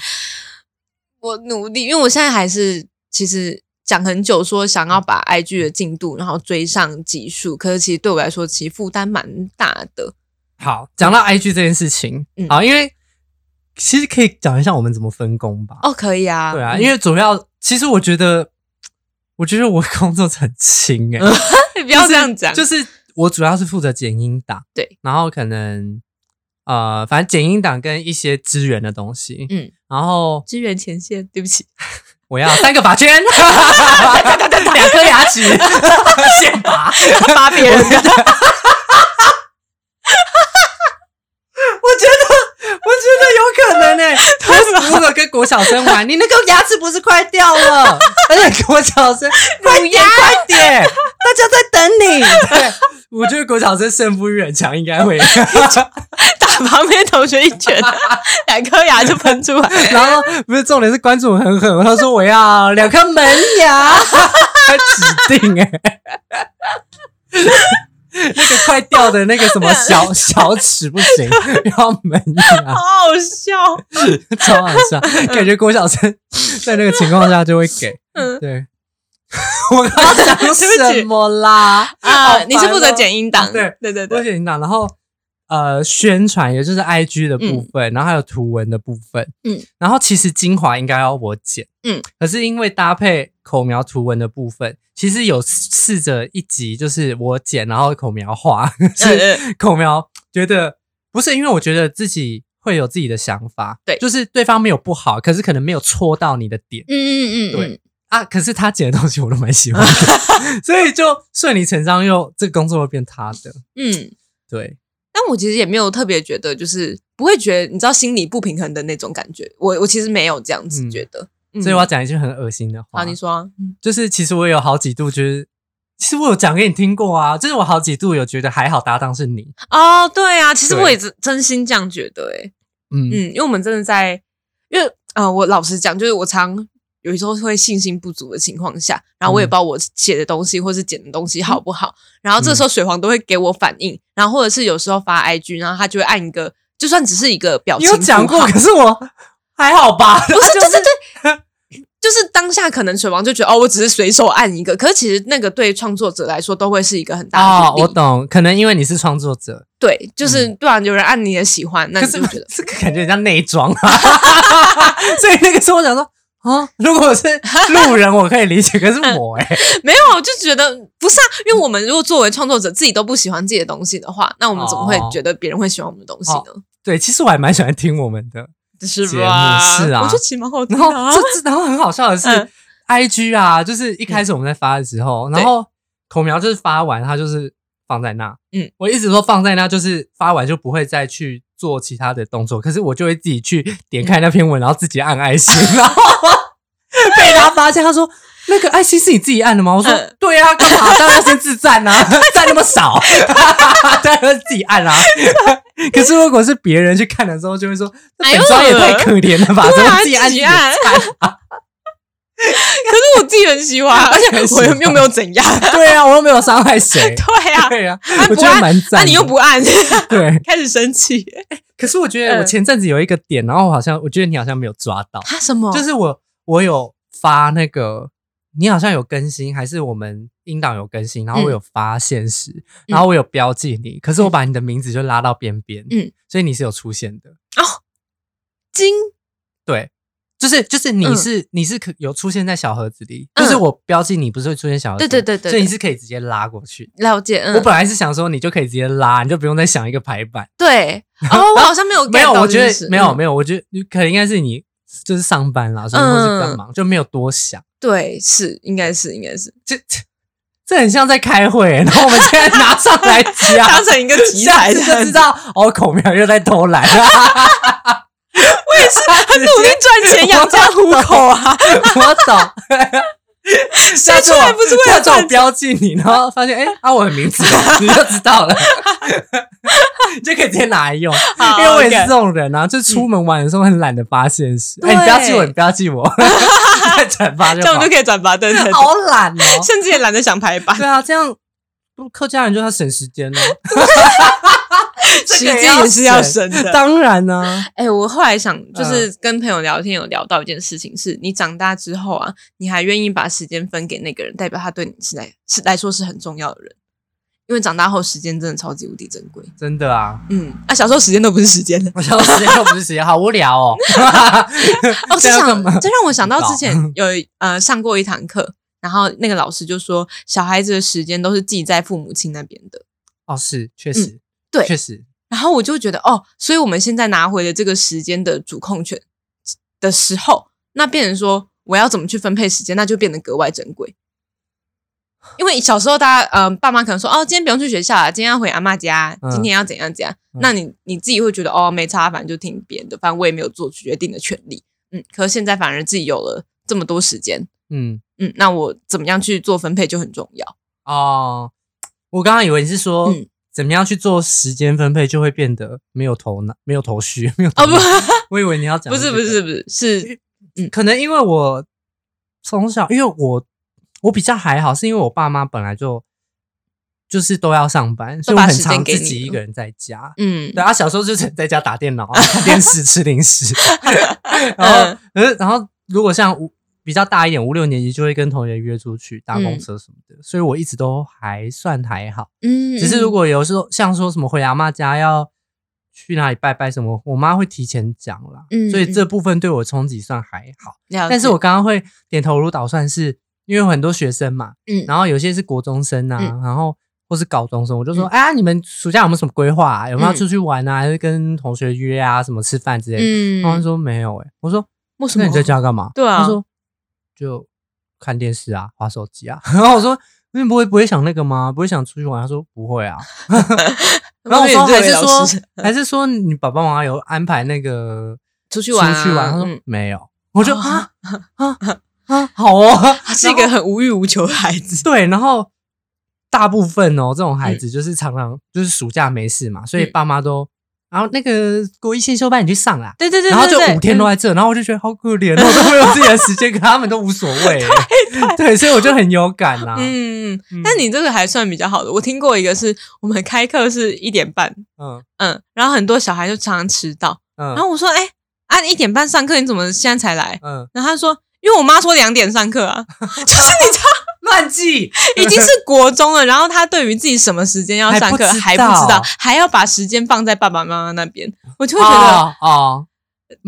Speaker 2: 我努力，因为我现在还是其实讲很久说想要把 IG 的进度然后追上集数，可是其实对我来说其实负担蛮大的。
Speaker 1: 好，讲到 IG 这件事情，
Speaker 2: 嗯
Speaker 1: 好，因为其实可以讲一下我们怎么分工吧。
Speaker 2: 哦，可以啊，
Speaker 1: 对啊，
Speaker 2: 嗯
Speaker 1: 因为主要其实我觉得，我觉得我工作很轻
Speaker 2: (laughs)
Speaker 1: 哎、欸，
Speaker 2: 你不要这样讲，
Speaker 1: 就是是我主要是负责剪音档，
Speaker 2: 对，
Speaker 1: 然后可能呃，反正剪音档跟一些资源的东西，
Speaker 2: 嗯，
Speaker 1: 然后
Speaker 2: 支援前线，对不起，
Speaker 1: 我要三个法圈， (laughs) 两颗牙齿，先拔，
Speaker 2: 发别人的
Speaker 1: 我觉得，我觉得有可能呢、欸。如果跟国小生玩，你那个牙齿不是快掉了？而且国小生，快点，快 (laughs) 点，大家在等你。对，我觉得国小生胜负欲很强，应该会。
Speaker 2: 打旁边同学一
Speaker 1: (laughs)
Speaker 2: 拳，两颗牙就喷出来。
Speaker 1: 然后不是重点是关注很狠，他说我要两颗门
Speaker 2: (laughs)
Speaker 1: 牙，他指定哎、那个快掉的那个什
Speaker 2: 啊
Speaker 1: 么小小齿不行，
Speaker 2: (laughs)
Speaker 1: 要门牙。
Speaker 2: 好好
Speaker 1: (laughs)
Speaker 2: 笑，
Speaker 1: 超好笑，
Speaker 2: 嗯
Speaker 1: 感觉郭晓生在那个情况下就会给。
Speaker 2: 嗯
Speaker 1: 对， (laughs) 我刚刚
Speaker 2: (laughs)
Speaker 1: 讲什么啦？好
Speaker 2: 啊！
Speaker 1: 烦哦
Speaker 2: 你是负责剪音档，
Speaker 1: 对
Speaker 2: 对对
Speaker 1: 我
Speaker 2: 对，
Speaker 1: 写音档，然后呃，宣传也就是 IG 的部分，然后还有图文的部分，
Speaker 2: 嗯，
Speaker 1: 然后其实精华应该要我剪，
Speaker 2: 嗯，
Speaker 1: 可是因为搭配口描图文的部分，其实有试着一集就是我剪，然后口描画，是
Speaker 2: 嗯
Speaker 1: 口苗觉得不是，因为我觉得自己会有自己的想法，
Speaker 2: 对
Speaker 1: 就是对方没有不好，可是可能没有戳到你的点
Speaker 2: 嗯嗯嗯
Speaker 1: 对
Speaker 2: 嗯，
Speaker 1: 啊。可是他剪的东西我都蛮喜欢
Speaker 2: (laughs)
Speaker 1: 的，所以就顺理成章又这个工作会变他的，
Speaker 2: 嗯。
Speaker 1: 对，
Speaker 2: 但我其实也没有特别觉得，就是不会觉得你知道心理不平衡的那种感觉。我我其实没有这样子
Speaker 1: 嗯
Speaker 2: 觉得，
Speaker 1: 所以我要
Speaker 2: 嗯
Speaker 1: 讲一句很恶心的话，
Speaker 2: 好，你说啊、嗯
Speaker 1: 就是其实我有好几度就是。其实我有讲给你听过啊，就是我好几度有觉得还好搭档是你，
Speaker 2: 哦，对啊，其实
Speaker 1: 对
Speaker 2: 我也真真心这样觉得、欸，
Speaker 1: 嗯，
Speaker 2: 嗯，因为我们真的在，因为呃，我老实讲，就是我常有时候会信心不足的情况下，然后我也
Speaker 1: 嗯
Speaker 2: 不知道我写的东西或是剪的东西好不好，然后这时候水黄都会给我反应，然后或者是有时候发 IG，然后他就会按一个，就算只是一个表
Speaker 1: 你
Speaker 2: 情，
Speaker 1: 有讲
Speaker 2: (laughs)
Speaker 1: 过，可是我还好吧，
Speaker 2: 不
Speaker 1: (laughs)
Speaker 2: 是，对对对，就是当下可能水王就觉得哦，我只是随手按一个，可是其实那个对创作者来说都会是一个很大
Speaker 1: 哦
Speaker 2: 的，
Speaker 1: 我
Speaker 2: 鼓励。
Speaker 1: 懂，可能因为你是创作者，
Speaker 2: 对，就是突然有人按你的喜欢，
Speaker 1: 嗯
Speaker 2: 那
Speaker 1: 可
Speaker 2: 你
Speaker 1: 是
Speaker 2: 就觉得
Speaker 1: 这个感觉很像内装啊， (laughs) 所以那个时候我想说啊，如果是路人我可以理解，可是我
Speaker 2: 嗯
Speaker 1: 哎、
Speaker 2: (laughs) 没有，就觉得不是啊，因为我们如果作为创作者自己都不喜欢自己的东西的话，那我们怎么会
Speaker 1: 哦
Speaker 2: 觉得别人会喜欢我们的东西呢？
Speaker 1: 对，其实我还蛮喜欢听我们的。
Speaker 2: 是
Speaker 1: 节目
Speaker 2: 吧？
Speaker 1: 是啊
Speaker 2: 我觉得其实
Speaker 1: (laughs)
Speaker 2: 蛮好听
Speaker 1: 然
Speaker 2: 的
Speaker 1: 后
Speaker 2: 啊、
Speaker 1: 这这，然后很好笑的是、
Speaker 2: 嗯
Speaker 1: i G 啊，就是一开始我们在发的时候，然后口苗就是发完，他就是放在那。
Speaker 2: 嗯，
Speaker 1: 我一直说放在那，就是发完就不会再去做其他的动作，可是我就会自己去点开那篇文，然后自己按爱心，然
Speaker 2: (laughs)
Speaker 1: 后被他发现，他说。那个爱心是你自己按的吗？我说、
Speaker 2: 嗯
Speaker 1: 对啊，干嘛？当然先自赞
Speaker 2: (laughs)
Speaker 1: 啊，赞那么少，当然自己按啊。可是如果是别人去看的时候，就会说，那
Speaker 2: 哎呦
Speaker 1: 本庄也太可怜了吧，怎
Speaker 2: 对
Speaker 1: 么
Speaker 2: 啊
Speaker 1: 自己按
Speaker 2: 自
Speaker 1: 自
Speaker 2: 己
Speaker 1: 己
Speaker 2: (laughs) 按
Speaker 1: 按
Speaker 2: 可是我自己很喜
Speaker 1: (laughs)
Speaker 2: 欢，而
Speaker 1: 很
Speaker 2: 且
Speaker 1: 喜
Speaker 2: 我
Speaker 1: 欢
Speaker 2: 又又没有怎
Speaker 1: (laughs)
Speaker 2: 样。
Speaker 1: 对啊，我又没有伤害谁。
Speaker 2: 对
Speaker 1: (laughs)
Speaker 2: 啊，
Speaker 1: 对啊
Speaker 2: 啊，
Speaker 1: 我
Speaker 2: 不
Speaker 1: 觉得
Speaker 2: 按
Speaker 1: 蛮
Speaker 2: 那
Speaker 1: 赞。
Speaker 2: 你又不按， (laughs)
Speaker 1: 对？
Speaker 2: 开始生气。
Speaker 1: 可是我觉得我
Speaker 2: 嗯
Speaker 1: 前阵子有一个点，然后我好像我觉得你好像没有抓到，
Speaker 2: 他什么？
Speaker 1: 就是我我有发那个，你好像有更新，还是我们音档有更新，然后我有发现实，然后我有标记你，可是我把你的名字就拉到边边，
Speaker 2: 嗯
Speaker 1: 嗯，所以你是有出现的，
Speaker 2: 金
Speaker 1: 对。就是就是你
Speaker 2: 嗯
Speaker 1: 是、你是可有出现在小盒子里，
Speaker 2: 嗯
Speaker 1: 就是我标记你不是会出现小盒子里，
Speaker 2: 对对对对
Speaker 1: 所以你
Speaker 2: 对
Speaker 1: 是可以直接拉过去的。
Speaker 2: 了解，嗯
Speaker 1: 我本来是想说你就可以直接拉，你就不用再想一个排版。
Speaker 2: 对，哦，我好像没有 get
Speaker 1: (laughs) 没有，
Speaker 2: 到
Speaker 1: 我
Speaker 2: 这
Speaker 1: 觉
Speaker 2: 件事
Speaker 1: 得没有
Speaker 2: 嗯
Speaker 1: 没有，我觉得你可能应该是你就是上班啦，所以或是
Speaker 2: 嗯
Speaker 1: 比较忙，就没有多想。
Speaker 2: 对，是应该是应该是
Speaker 1: 这这这很像在开会，然后我们现在拿上
Speaker 2: (laughs)
Speaker 1: 来讲
Speaker 2: 当，成一个题
Speaker 1: 下
Speaker 2: 材
Speaker 1: 次就知
Speaker 2: 很
Speaker 1: 道哦，孔苗又在偷懒。为啥
Speaker 2: 努力赚钱养家糊口啊，
Speaker 1: 我懂。
Speaker 2: (laughs) 谁
Speaker 1: 下
Speaker 2: 出
Speaker 1: 次
Speaker 2: 来不是为了
Speaker 1: 下次我
Speaker 2: 赚钱？
Speaker 1: 标记你，然后发现哎、啊， (laughs) 我的名字哦，你就知道了，你就可以直接拿来用。
Speaker 2: 好
Speaker 1: 因为我也是
Speaker 2: OK
Speaker 1: 这种人啊，就出门玩的时候很懒得发现实。
Speaker 2: 对
Speaker 1: 哎、你不要记我，你不要记我， (laughs) 再转发就
Speaker 2: 这样
Speaker 1: 好
Speaker 2: 我们就。可以转发，对对对，
Speaker 1: 好懒哦。
Speaker 2: 甚至也懒得想排
Speaker 1: (laughs)
Speaker 2: 版 (laughs)
Speaker 1: 对，啊，这样不客家人就要省时间哦，
Speaker 2: 时间也是要省的。嗯
Speaker 1: 当然呢、
Speaker 2: 哎、我后来想，就是跟朋友聊天，有聊到一件事情是，你长大之后啊，你还愿意把时间分给那个人，代表他对你是来是来说是很重要的人。因为长大后时间真的超级无敌珍贵。
Speaker 1: 真的啊。
Speaker 2: 嗯，啊，小时候时间都不是时间的。
Speaker 1: 我想说时间又不是时间，好无聊哦。 (laughs)
Speaker 2: 哦，这
Speaker 1: 这样
Speaker 2: 想
Speaker 1: 干嘛
Speaker 2: 这让我想到之前
Speaker 1: 搞
Speaker 2: 有呃上过一堂课，然后那个老师就说，小孩子的时间都是记在父母亲那边的。
Speaker 1: 哦，是，确实，
Speaker 2: 嗯对
Speaker 1: 确实，
Speaker 2: 然后我就觉得哦，所以我们现在拿回了这个时间的主控权的时候，那变成说我要怎么去分配时间，那就变得格外珍贵。因为小时候大家嗯、呃爸妈可能说哦，今天不用去学校了，今天要回阿妈家，
Speaker 1: 嗯
Speaker 2: 今天要怎样怎样，那你你自己会觉得哦，没差，反正就听别人的，反正我也没有做决定的权利。嗯，可是现在反而自己有了这么多时间，
Speaker 1: 嗯，
Speaker 2: 嗯，那我怎么样去做分配就很重要。
Speaker 1: 哦，我刚刚以为你是说。
Speaker 2: 嗯
Speaker 1: 怎么样去做时间分配，就会变得没有头脑、没有头绪、 (laughs) 没有头
Speaker 2: 哦不
Speaker 1: 脑，
Speaker 2: (laughs)
Speaker 1: (laughs) 我以为你要嗯讲
Speaker 2: 不
Speaker 1: 的
Speaker 2: 是
Speaker 1: 这
Speaker 2: 不
Speaker 1: 个
Speaker 2: 是不嗯是是
Speaker 1: 可能因为我从小，因为我我比较还好，是因为我爸妈本来就就是都要上班，所以我
Speaker 2: 把
Speaker 1: 很
Speaker 2: 时间
Speaker 1: 常
Speaker 2: 给
Speaker 1: 自
Speaker 2: 你
Speaker 1: 己一
Speaker 2: 了
Speaker 1: 个人在家。
Speaker 2: 嗯
Speaker 1: 对啊，小时候就是在家打电脑、啊、
Speaker 2: (laughs)
Speaker 1: 看电视、吃零食，
Speaker 2: 嗯
Speaker 1: 然后可是然后如果像五比较大一点，五六年级就会跟同学约出去搭公
Speaker 2: 嗯
Speaker 1: 车什么的，所以我一直都还算还好。
Speaker 2: 嗯，
Speaker 1: 只是如果有时候像说什么回阿妈家要去哪里拜拜什么，我妈会提前讲啦，
Speaker 2: 嗯
Speaker 1: 所以
Speaker 2: 嗯
Speaker 1: 这部分对我冲击算还好。
Speaker 2: 了解，
Speaker 1: 但是我刚刚会点头如捣蒜是，因为有很多学生嘛，
Speaker 2: 嗯
Speaker 1: 然后有些是国中生啊，
Speaker 2: 嗯
Speaker 1: 然后或是高中生，我就说，
Speaker 2: 嗯
Speaker 1: 哎呀，你们暑假有没有什么规划、啊？有没有
Speaker 2: 嗯
Speaker 1: 要出去玩啊？还是跟同学约啊？什么吃饭之类的？
Speaker 2: 嗯，
Speaker 1: 他们说没有、欸，哎，我说
Speaker 2: 为什
Speaker 1: 那
Speaker 2: 么
Speaker 1: 你在家干嘛？
Speaker 2: 对啊
Speaker 1: 他说就看电视啊，划手机啊。然后我说。你不会不会想那个吗？不会想出去玩？他说不会啊。然后我说
Speaker 2: 那
Speaker 1: 还
Speaker 2: 你
Speaker 1: 是
Speaker 2: 这位老
Speaker 1: 说
Speaker 2: 师
Speaker 1: 还是说你爸爸妈妈有安排那个
Speaker 2: 出去玩啊
Speaker 1: 出去玩？他说
Speaker 2: 嗯
Speaker 1: 没有。我就
Speaker 2: 哦
Speaker 1: 啊啊
Speaker 2: (laughs)
Speaker 1: 啊，好哦，
Speaker 2: 他 (laughs) 是一个很无欲无求的孩子，
Speaker 1: 对，然后大部分哦，这种孩子就是常常就是暑假没事嘛，所以
Speaker 2: 嗯
Speaker 1: 爸妈都，然后那个国一先修班你去上啦，
Speaker 2: (laughs) 对对对，
Speaker 1: 然后就
Speaker 2: 对对嗯
Speaker 1: 五天都在这，然后我就觉得好可怜哦，我都没有自己的时间，可他们都无所
Speaker 2: (laughs)
Speaker 1: 谓，对，所以我就很有感啦。嗯
Speaker 2: 嗯，嗯
Speaker 1: 嗯
Speaker 2: 但你这个还算比较好的。我听过一个是我们开课是一点半，嗯，然后很多小孩就常常迟到，然
Speaker 1: 嗯
Speaker 2: 后我说，哎，啊一点半上课，你怎么现在才来？
Speaker 1: 嗯，
Speaker 2: 然后他说。因为我妈说两点上课
Speaker 1: (laughs)
Speaker 2: 啊，
Speaker 1: 乱记，
Speaker 2: 已经是国中了，然后他对于自己什么时间要上课
Speaker 1: 还
Speaker 2: 还不
Speaker 1: 不知道
Speaker 2: 知道，还要把时间放在爸爸妈妈那边，我就会觉得
Speaker 1: 哦哦，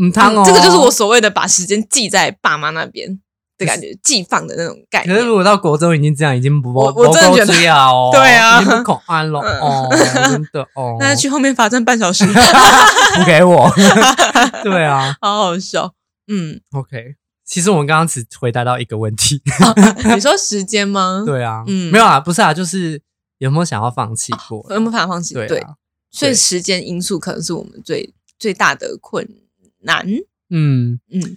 Speaker 1: 嗯，汤哦，
Speaker 2: 这个就是我。所谓的把时间记在爸妈那边的感觉，寄放的那种概
Speaker 1: 可是
Speaker 2: 念
Speaker 1: 如。果到国中已经这样，已经不
Speaker 2: 我我真的觉得
Speaker 1: 了哦，
Speaker 2: (laughs) 对啊
Speaker 1: 已经不恐安了
Speaker 2: 嗯
Speaker 1: 哦，真的哦，
Speaker 2: (laughs) 那去后面罚站半小
Speaker 1: (laughs)
Speaker 2: 时，
Speaker 1: 不给
Speaker 2: (laughs)
Speaker 1: 我。对啊
Speaker 2: 好好笑。嗯，
Speaker 1: ，OK。其实我们刚刚只回答到一个问题。
Speaker 2: 你说时间吗？
Speaker 1: (laughs) 对啊，
Speaker 2: 嗯
Speaker 1: 没有啊，不是啊，就是有没有想要放弃过？
Speaker 2: 有没有办法放弃？
Speaker 1: 对啊
Speaker 2: 对，所以
Speaker 1: 对
Speaker 2: 时间因素可能是我们最最大的困难。
Speaker 1: 嗯，
Speaker 2: 嗯，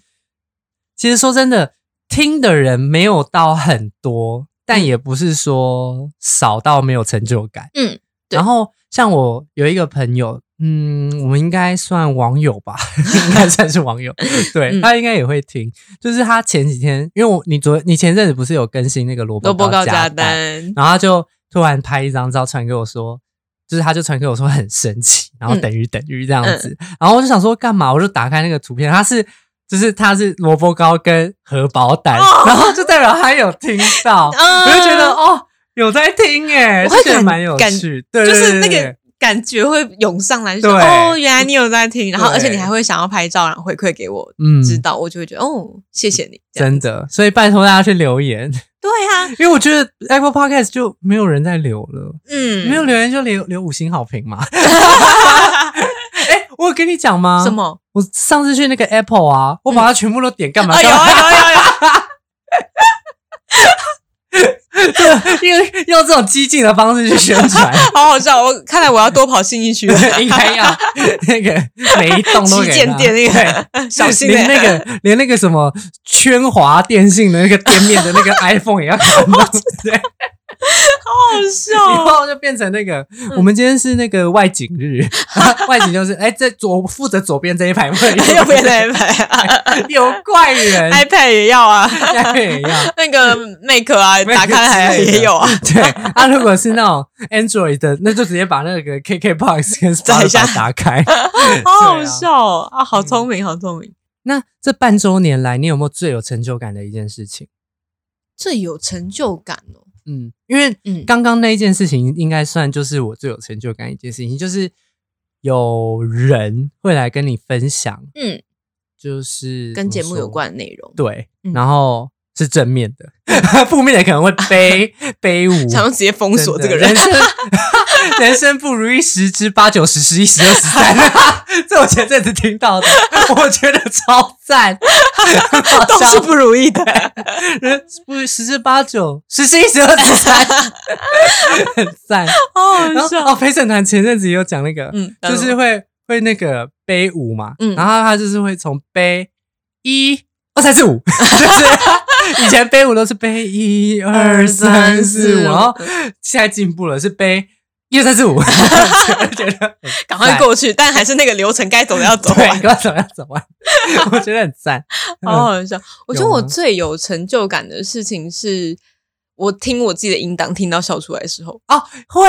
Speaker 1: 其实说真的，听的人没有到很多，但也不是说少到没有成就感。
Speaker 2: 嗯，对
Speaker 1: 然后像我有一个朋友，嗯，我们应该算网友吧， (laughs) 应该算是
Speaker 2: (laughs)
Speaker 1: 网友。对、
Speaker 2: 嗯
Speaker 1: 他应该也会听，就是他前几天，因为我你昨你前阵子不是有更新那个萝
Speaker 2: 萝卜糕
Speaker 1: 糕
Speaker 2: 加
Speaker 1: 单，
Speaker 2: 单， (laughs)
Speaker 1: 然后他就突然拍一张照传给我说。就是他就传给我说很神奇，然
Speaker 2: 嗯
Speaker 1: 后等于等于这样子，然后我就想说干嘛？我就打开那个图片，它是就是它是萝卜糕跟荷包蛋，
Speaker 2: 哦
Speaker 1: 然后就代表他有听到，
Speaker 2: 嗯
Speaker 1: 我就觉得哦有在听哎、欸，
Speaker 2: 我会
Speaker 1: 就觉得
Speaker 2: 感
Speaker 1: 蛮有
Speaker 2: 感
Speaker 1: 趣，对，
Speaker 2: 就是
Speaker 1: 对
Speaker 2: 那
Speaker 1: 对
Speaker 2: 个感觉会涌上来，就说
Speaker 1: 对
Speaker 2: 哦，原来你有在听，然后
Speaker 1: 对
Speaker 2: 而且你还会想要拍照，然后回馈给我。
Speaker 1: 嗯
Speaker 2: 知道，我就会觉得哦，谢谢你。这
Speaker 1: 真
Speaker 2: 样
Speaker 1: 的，所以拜托大家去留言，
Speaker 2: 对啊，
Speaker 1: 因为我觉得 Apple Podcast 就没有人在留了，
Speaker 2: 嗯，
Speaker 1: 没有留言就留留五星好评
Speaker 2: (laughs)
Speaker 1: 嘛。 (laughs) 哎、我有跟你讲吗？
Speaker 2: 什？么，
Speaker 1: 我上次去那个 Apple
Speaker 2: 嗯
Speaker 1: 啊，我把它全部都点干嘛？
Speaker 2: 啊有
Speaker 1: 干嘛
Speaker 2: 啊有啊有啊，
Speaker 1: (laughs) 因为用这种激进的方式去宣
Speaker 2: (laughs)
Speaker 1: 传，
Speaker 2: 好好笑！我看来我要多跑信
Speaker 1: (laughs)
Speaker 2: 义区了，
Speaker 1: 应该要那个每一栋都
Speaker 2: 旗
Speaker 1: 给
Speaker 2: 舰
Speaker 1: 它
Speaker 2: 店那
Speaker 1: 对
Speaker 2: 个 (laughs) 小心
Speaker 1: 连
Speaker 2: 点
Speaker 1: 那个连那个什么圈华电信的那个店面的
Speaker 2: (laughs)
Speaker 1: 那个 iPhone 也要看到， (laughs) 对，以
Speaker 2: 好笑
Speaker 1: (laughs)
Speaker 2: 哦。
Speaker 1: 后就变成那个，
Speaker 2: 嗯
Speaker 1: 我们今天是那个外景
Speaker 2: (laughs)
Speaker 1: 日， (laughs) 外景就是哎，这左负责左边这一排，负责
Speaker 2: 右边
Speaker 1: 的
Speaker 2: 的 iPad
Speaker 1: (laughs) 有怪人，
Speaker 2: 啊
Speaker 1: (laughs)
Speaker 2: iPad 也要啊，
Speaker 1: 对呀，
Speaker 2: 那个 Make 啊，
Speaker 1: Mac
Speaker 2: 打开来
Speaker 1: 之类的
Speaker 2: 也有 (laughs) 啊，
Speaker 1: (laughs) 对，啊，如果是那种 Android 的，那就直接把那个 KKBox
Speaker 2: (laughs)
Speaker 1: 跟
Speaker 2: 找一下
Speaker 1: Spotify 打开。 (laughs) 啊
Speaker 2: 好好笑哦啊，好聪
Speaker 1: 嗯
Speaker 2: 明，好聪明。
Speaker 1: 那这半周年来，你有没有最有成就感的一件事情？
Speaker 2: 这有成就感哦。
Speaker 1: 嗯，因为
Speaker 2: 嗯
Speaker 1: 刚刚那一件事情应该算就是我最有成就感的一件事情，就是有人会来跟你分享，
Speaker 2: 嗯，
Speaker 1: 就是
Speaker 2: 跟节目有，
Speaker 1: 怎么
Speaker 2: 关的内容
Speaker 1: 说，对，
Speaker 2: 嗯
Speaker 1: 然后是正面的，负面的 (laughs) 可能会
Speaker 2: (laughs)
Speaker 1: 悲悲舞，
Speaker 2: 想要直接封锁这个
Speaker 1: 真
Speaker 2: 人
Speaker 1: 的。人生 (laughs) 人生不如意十之八九十十一十二十三， (laughs) 这我前阵子听到的， (laughs) 我觉得超
Speaker 2: (laughs)
Speaker 1: 赞，
Speaker 2: 都是不如意的，
Speaker 1: 人不是十之八九十之一十二十三， (laughs) 很赞。
Speaker 2: (laughs) 好
Speaker 1: 然
Speaker 2: 好
Speaker 1: 后
Speaker 2: 笑。
Speaker 1: 哦，陪审团前阵子也有讲那个，
Speaker 2: 嗯，
Speaker 1: 就是会会那个杯舞嘛，
Speaker 2: 嗯
Speaker 1: 然后他就是会从杯一二三四 (laughs) 五，就是以前杯舞都是杯一二三四五，然后现在进步了是杯一二三四 (laughs) 五，我觉得
Speaker 2: 赶快过去，但还是那个流程该走的要走
Speaker 1: 对，
Speaker 2: 完。
Speaker 1: 要怎么样走完，我觉得很赞。
Speaker 2: 好好笑！我觉得
Speaker 1: 嗯有
Speaker 2: 我
Speaker 1: 吗
Speaker 2: 最有成就感的事情是，我听我自己的音档听到笑出来的时候，
Speaker 1: 会。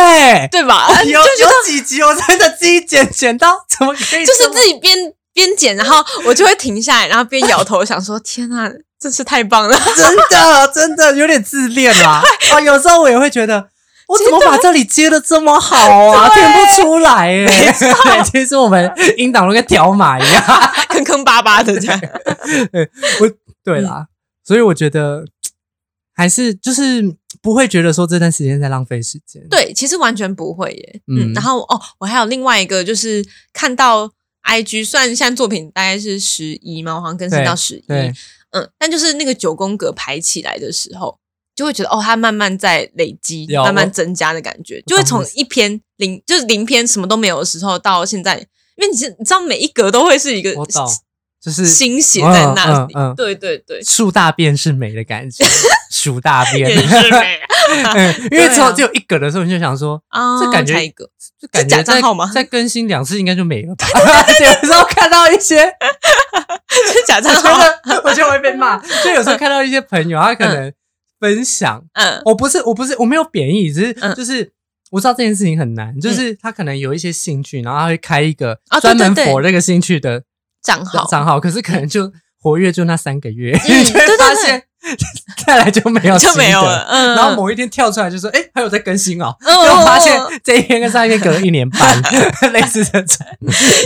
Speaker 2: 对吧？ (laughs) 就
Speaker 1: 有
Speaker 2: 觉
Speaker 1: 有
Speaker 2: 得
Speaker 1: 几集我真的自己剪剪到，怎么可以
Speaker 2: 就
Speaker 1: 这
Speaker 2: 是
Speaker 1: 么？
Speaker 2: 自己边边剪，然后我就会停下来，然后边摇头想说：“天啊，真是太棒了
Speaker 1: 真
Speaker 2: (laughs)
Speaker 1: 的真的有点自恋啦。哦，有时候我也会觉得，我怎么把这里接的这么好啊？听不出来耶。对，其实我们音档都跟条码一
Speaker 2: (laughs)
Speaker 1: 样。！”
Speaker 2: 坑坑巴巴的
Speaker 1: (laughs)
Speaker 2: 这样，
Speaker 1: 我对啦，所以我觉得还是就是不会觉得说这段时间在浪费时间。
Speaker 2: 对，其实完全不会耶。
Speaker 1: 嗯
Speaker 2: 嗯，然后哦，我还有另外一个，就是看到 IG，虽然现在作品大概是十一嘛，我好像更新到十一，
Speaker 1: 对，
Speaker 2: 嗯，但就是那个九宫格排起来的时候，就会觉得哦，它慢慢在累积，
Speaker 1: 有
Speaker 2: 慢慢
Speaker 1: 哦我
Speaker 2: 增加的感觉，就会从一篇零就是零篇什么都没有的时候，到现在，因为你是你知道每一格都会是一个
Speaker 1: 我懂，就是
Speaker 2: 心血在那
Speaker 1: 嗯
Speaker 2: 里，
Speaker 1: 嗯嗯
Speaker 2: 对对
Speaker 1: (laughs)
Speaker 2: 对，
Speaker 1: 树大便是美的感
Speaker 2: (laughs)
Speaker 1: 觉，数大便
Speaker 2: 也是美
Speaker 1: 嗯 (laughs) 因为只有
Speaker 2: 对啊
Speaker 1: 只有一个的时候，你就想说，
Speaker 2: 啊，
Speaker 1: 这感觉
Speaker 2: 才一个 (laughs)
Speaker 1: 就感
Speaker 2: 假
Speaker 1: 觉
Speaker 2: 账
Speaker 1: 再
Speaker 2: 号吗
Speaker 1: 再更新两次应该就没了吧？ (laughs) 有时候看到一些，
Speaker 2: 是假
Speaker 1: 我
Speaker 2: 账
Speaker 1: 觉
Speaker 2: 号，
Speaker 1: 得我就会被
Speaker 2: (laughs)
Speaker 1: 骂。就有时候看到一些朋友，他可能分享，
Speaker 2: 嗯
Speaker 1: 我不是我不是我没有贬义，只
Speaker 2: 嗯
Speaker 1: 是就是。我知道这件事情很难，就是他可能有一些兴趣，然后他会开一个
Speaker 2: 啊对
Speaker 1: 专门
Speaker 2: 对对
Speaker 1: 否那个兴趣的
Speaker 2: 账号，
Speaker 1: 账号，可是可能就活跃就那三个月，
Speaker 2: 嗯
Speaker 1: 你 (laughs) 就
Speaker 2: 对对
Speaker 1: 会发
Speaker 2: 对
Speaker 1: 现再来就没有
Speaker 2: 就没
Speaker 1: 新
Speaker 2: 有
Speaker 1: 的
Speaker 2: 了，嗯，
Speaker 1: 然后某一天跳出来就说：“哎、还有在更新哦。”
Speaker 2: 嗯
Speaker 1: (laughs) 就发现这一篇跟上一篇隔了一年
Speaker 2: (laughs)
Speaker 1: 半， (laughs) 类似这种。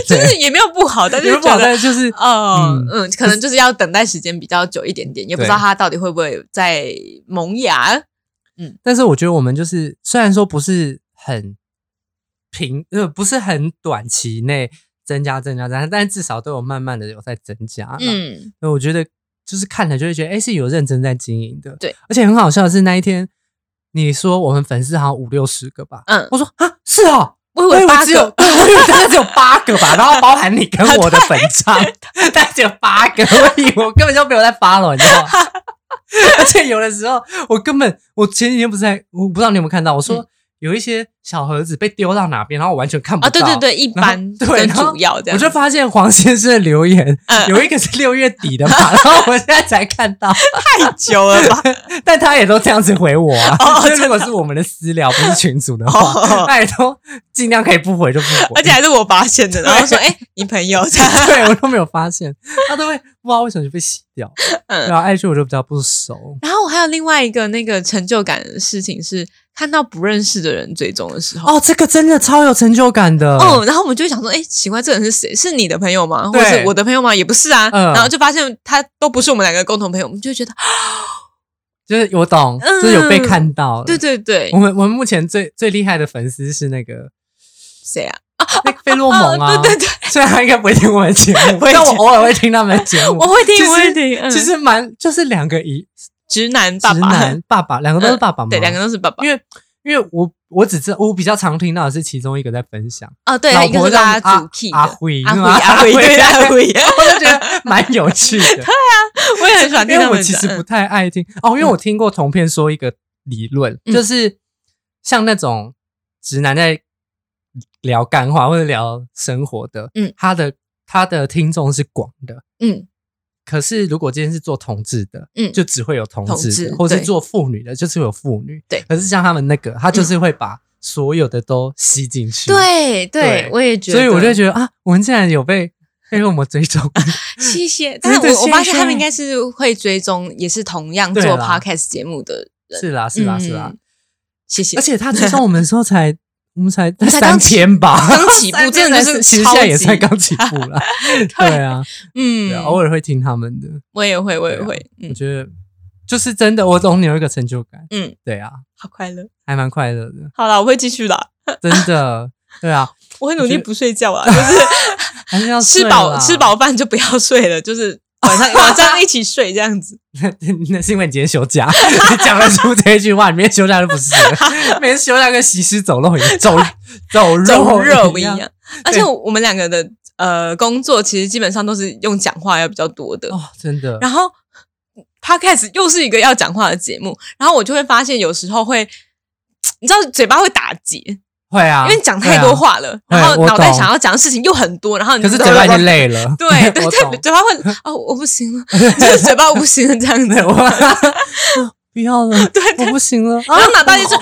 Speaker 2: 就
Speaker 1: 对，
Speaker 2: 是也没有不好，但是
Speaker 1: 有
Speaker 2: 觉
Speaker 1: 保
Speaker 2: 得
Speaker 1: 但就是
Speaker 2: 哦，
Speaker 1: 嗯
Speaker 2: 嗯，可能就是要等待时间比较久一点点，也不知道它到底会不会在萌芽。
Speaker 1: 但是我觉得我们就是虽然说不是很平，呃，不是很短期内增加增加增加，但至少都有慢慢的有在增加。嗯，
Speaker 2: 嗯，
Speaker 1: 所以我觉得就是看了就会觉得，哎、是有认真在经营的。
Speaker 2: 对，
Speaker 1: 而且很好笑的是那一天。你说我们粉丝好像五六十个吧？
Speaker 2: 嗯
Speaker 1: 我说啊，是哦。
Speaker 2: 我以
Speaker 1: 我以
Speaker 2: 为八
Speaker 1: 为只有，
Speaker 2: 个，
Speaker 1: 对我以为大概只有八个吧，然后包含你跟我的
Speaker 2: (laughs)
Speaker 1: 粉账，大概只有八个，我以为我根本就没有在发了，你知道吗？ (laughs) 而且有的时候，我根本我前几天不是在，我不知道你有没有看到，我
Speaker 2: 嗯
Speaker 1: 说、有一些小盒子被丢到哪边，然后我完全看不到。
Speaker 2: 啊，对对对，一
Speaker 1: 然后
Speaker 2: 般
Speaker 1: 对
Speaker 2: 跟
Speaker 1: 然后
Speaker 2: 主要这
Speaker 1: 我
Speaker 2: 样
Speaker 1: 就。发现黄先生的留言、
Speaker 2: 嗯
Speaker 1: 有一个是六月底的嘛，然后我现在才看到，
Speaker 2: 太久了吧？
Speaker 1: 但他也都这样子回我啊。所以如果是我们的私聊，不是群主的话，
Speaker 2: 哦
Speaker 1: 他也都尽量可以不回就不回，
Speaker 2: (laughs) 而且还是我发现
Speaker 1: (laughs)
Speaker 2: 的，然后说：“哎、你朋友这样。
Speaker 1: 对我都没有发现，他都会不知道为什么就被洗掉。
Speaker 2: 嗯哦
Speaker 1: 然后 IG 我就比较不熟”，
Speaker 2: 然后我还有另外一个那个成就感的事情是，看到不认识的人追踪的时候，
Speaker 1: 哦，这个真的超有成就感的
Speaker 2: 哦，然后我们就会想说：“哎、奇怪，这个人是谁？是你的朋友吗？或
Speaker 1: 对
Speaker 2: 者是我的朋友吗？也不是啊。
Speaker 1: 嗯
Speaker 2: 然后就发现他都不是我们两个共同朋友，我们就会觉得，
Speaker 1: 就是我懂，
Speaker 2: 嗯
Speaker 1: 就是有被看到了。
Speaker 2: 对对对
Speaker 1: 我，们我们目前最最厉害的粉丝是那个
Speaker 2: 谁啊？
Speaker 1: 那个费洛蒙啊，
Speaker 2: 哦对对对，
Speaker 1: 虽然他应该不会听我们
Speaker 2: (laughs)
Speaker 1: 节目，
Speaker 2: 不会
Speaker 1: 但我
Speaker 2: 听
Speaker 1: 偶尔会听他们的节目。
Speaker 2: 我会
Speaker 1: 其
Speaker 2: 听，
Speaker 1: 实
Speaker 2: 我会听。嗯、
Speaker 1: 其实蛮就是两个一
Speaker 2: 直男爸
Speaker 1: 直
Speaker 2: 爸，
Speaker 1: 男嗯爸爸，两个都是爸爸嘛，
Speaker 2: 对，两个都是爸爸。
Speaker 1: 因为因为我我只知道我比较常听到的是其中一个在分享，
Speaker 2: 哦，对，
Speaker 1: 老
Speaker 2: 一个
Speaker 1: 婆
Speaker 2: 是
Speaker 1: 让
Speaker 2: 拉
Speaker 1: 阿
Speaker 2: 主 key 的
Speaker 1: 阿辉
Speaker 2: 阿
Speaker 1: 是
Speaker 2: 辉，
Speaker 1: 吗
Speaker 2: 阿辉，对阿辉，
Speaker 1: 我就觉得 (laughs) 蛮有趣
Speaker 2: (laughs)
Speaker 1: 的。
Speaker 2: 我也很喜欢听
Speaker 1: 因为
Speaker 2: 他
Speaker 1: 我
Speaker 2: 们
Speaker 1: 其实
Speaker 2: 的
Speaker 1: 不太爱听哦，因为我听过同片说一个理论，
Speaker 2: 嗯
Speaker 1: 就是像那种直男在聊干话或者聊生活的，
Speaker 2: 嗯
Speaker 1: 他的他的听众是广的，
Speaker 2: 嗯，
Speaker 1: 可是如果今天是做同志的，
Speaker 2: 嗯
Speaker 1: 就只会有同
Speaker 2: 同
Speaker 1: 志
Speaker 2: 志
Speaker 1: 的，或是
Speaker 2: 对
Speaker 1: 做妇女的，就是有妇女，
Speaker 2: 对嗯
Speaker 1: 可是像他们那个，他就是会把所有的都吸进去，，
Speaker 2: 对
Speaker 1: 对
Speaker 2: 对，我也觉得，
Speaker 1: 所以我就觉得啊，我们竟然有被被我们追
Speaker 2: (laughs)
Speaker 1: 踪，
Speaker 2: 谢谢。
Speaker 1: 真
Speaker 2: 但
Speaker 1: 的
Speaker 2: 是我我发
Speaker 1: 谢
Speaker 2: 现
Speaker 1: 谢
Speaker 2: 他们应该是会追踪，也是同样做
Speaker 1: 对啦
Speaker 2: podcast 节目的人。
Speaker 1: 是啦是啦
Speaker 2: 嗯
Speaker 1: 是啦，
Speaker 2: 谢谢
Speaker 1: 而。且他追踪我们的时候才， (laughs) 我们才
Speaker 2: 才
Speaker 1: 三
Speaker 2: 刚起
Speaker 1: 天吧，
Speaker 2: 刚
Speaker 1: (laughs)
Speaker 2: 起步
Speaker 1: 三天
Speaker 2: 真的
Speaker 1: 才
Speaker 2: 就是
Speaker 1: 其实现在
Speaker 2: 超
Speaker 1: 也
Speaker 2: 级
Speaker 1: 才刚起步
Speaker 2: (laughs)
Speaker 1: 啦。对啊，对啊
Speaker 2: 嗯，
Speaker 1: 偶尔会听他们的，
Speaker 2: 我也会，我也
Speaker 1: 对啊
Speaker 2: 会，
Speaker 1: 我
Speaker 2: 嗯，
Speaker 1: 觉得就是真的，我总有一个成就感。
Speaker 2: 嗯，
Speaker 1: 对啊，
Speaker 2: 好快乐。
Speaker 1: 还蛮快乐的，
Speaker 2: 好啦，我会继续啦，
Speaker 1: 真的。 (laughs) 对啊，
Speaker 2: 我会努
Speaker 1: 我
Speaker 2: 力
Speaker 1: 觉得
Speaker 2: 不睡
Speaker 1: (laughs)
Speaker 2: 觉啦，就是
Speaker 1: 还是要
Speaker 2: 吃
Speaker 1: 睡
Speaker 2: 饱
Speaker 1: 啦
Speaker 2: 吃。饱饭就不要睡了，就是晚上晚上一起睡这样子。
Speaker 1: (laughs) 那是因为你今天休假， (laughs) 你讲得出这一句话，你明天休假就不是
Speaker 2: (laughs)
Speaker 1: 了，每天休假跟行尸走肉一样，走走肉
Speaker 2: 走肉
Speaker 1: 一
Speaker 2: 一
Speaker 1: 样。
Speaker 2: 样。而且我们两个的呃工作其实基本上都是用讲话要比较多的，
Speaker 1: 哦，真的。
Speaker 2: 然后 podcast 又是一个要讲话的节目，然后我就会发现有时候会。你知道嘴巴会打结，因
Speaker 1: 会啊，
Speaker 2: 为你讲
Speaker 1: 对
Speaker 2: 太
Speaker 1: 啊
Speaker 2: 多话了，
Speaker 1: 对
Speaker 2: 然后
Speaker 1: 我
Speaker 2: 脑袋
Speaker 1: 懂
Speaker 2: 想要讲的事情又很多，然后你
Speaker 1: 可是
Speaker 2: 就
Speaker 1: 嘴巴已经
Speaker 2: 对
Speaker 1: 累了。 (laughs)
Speaker 2: 对对
Speaker 1: 我懂
Speaker 2: 对，嘴巴会哦，我不行
Speaker 1: (laughs)
Speaker 2: 了，就是嘴巴不行了这样子，
Speaker 1: 对，我不要了，我不行了，
Speaker 2: 然后脑袋就是
Speaker 1: (laughs)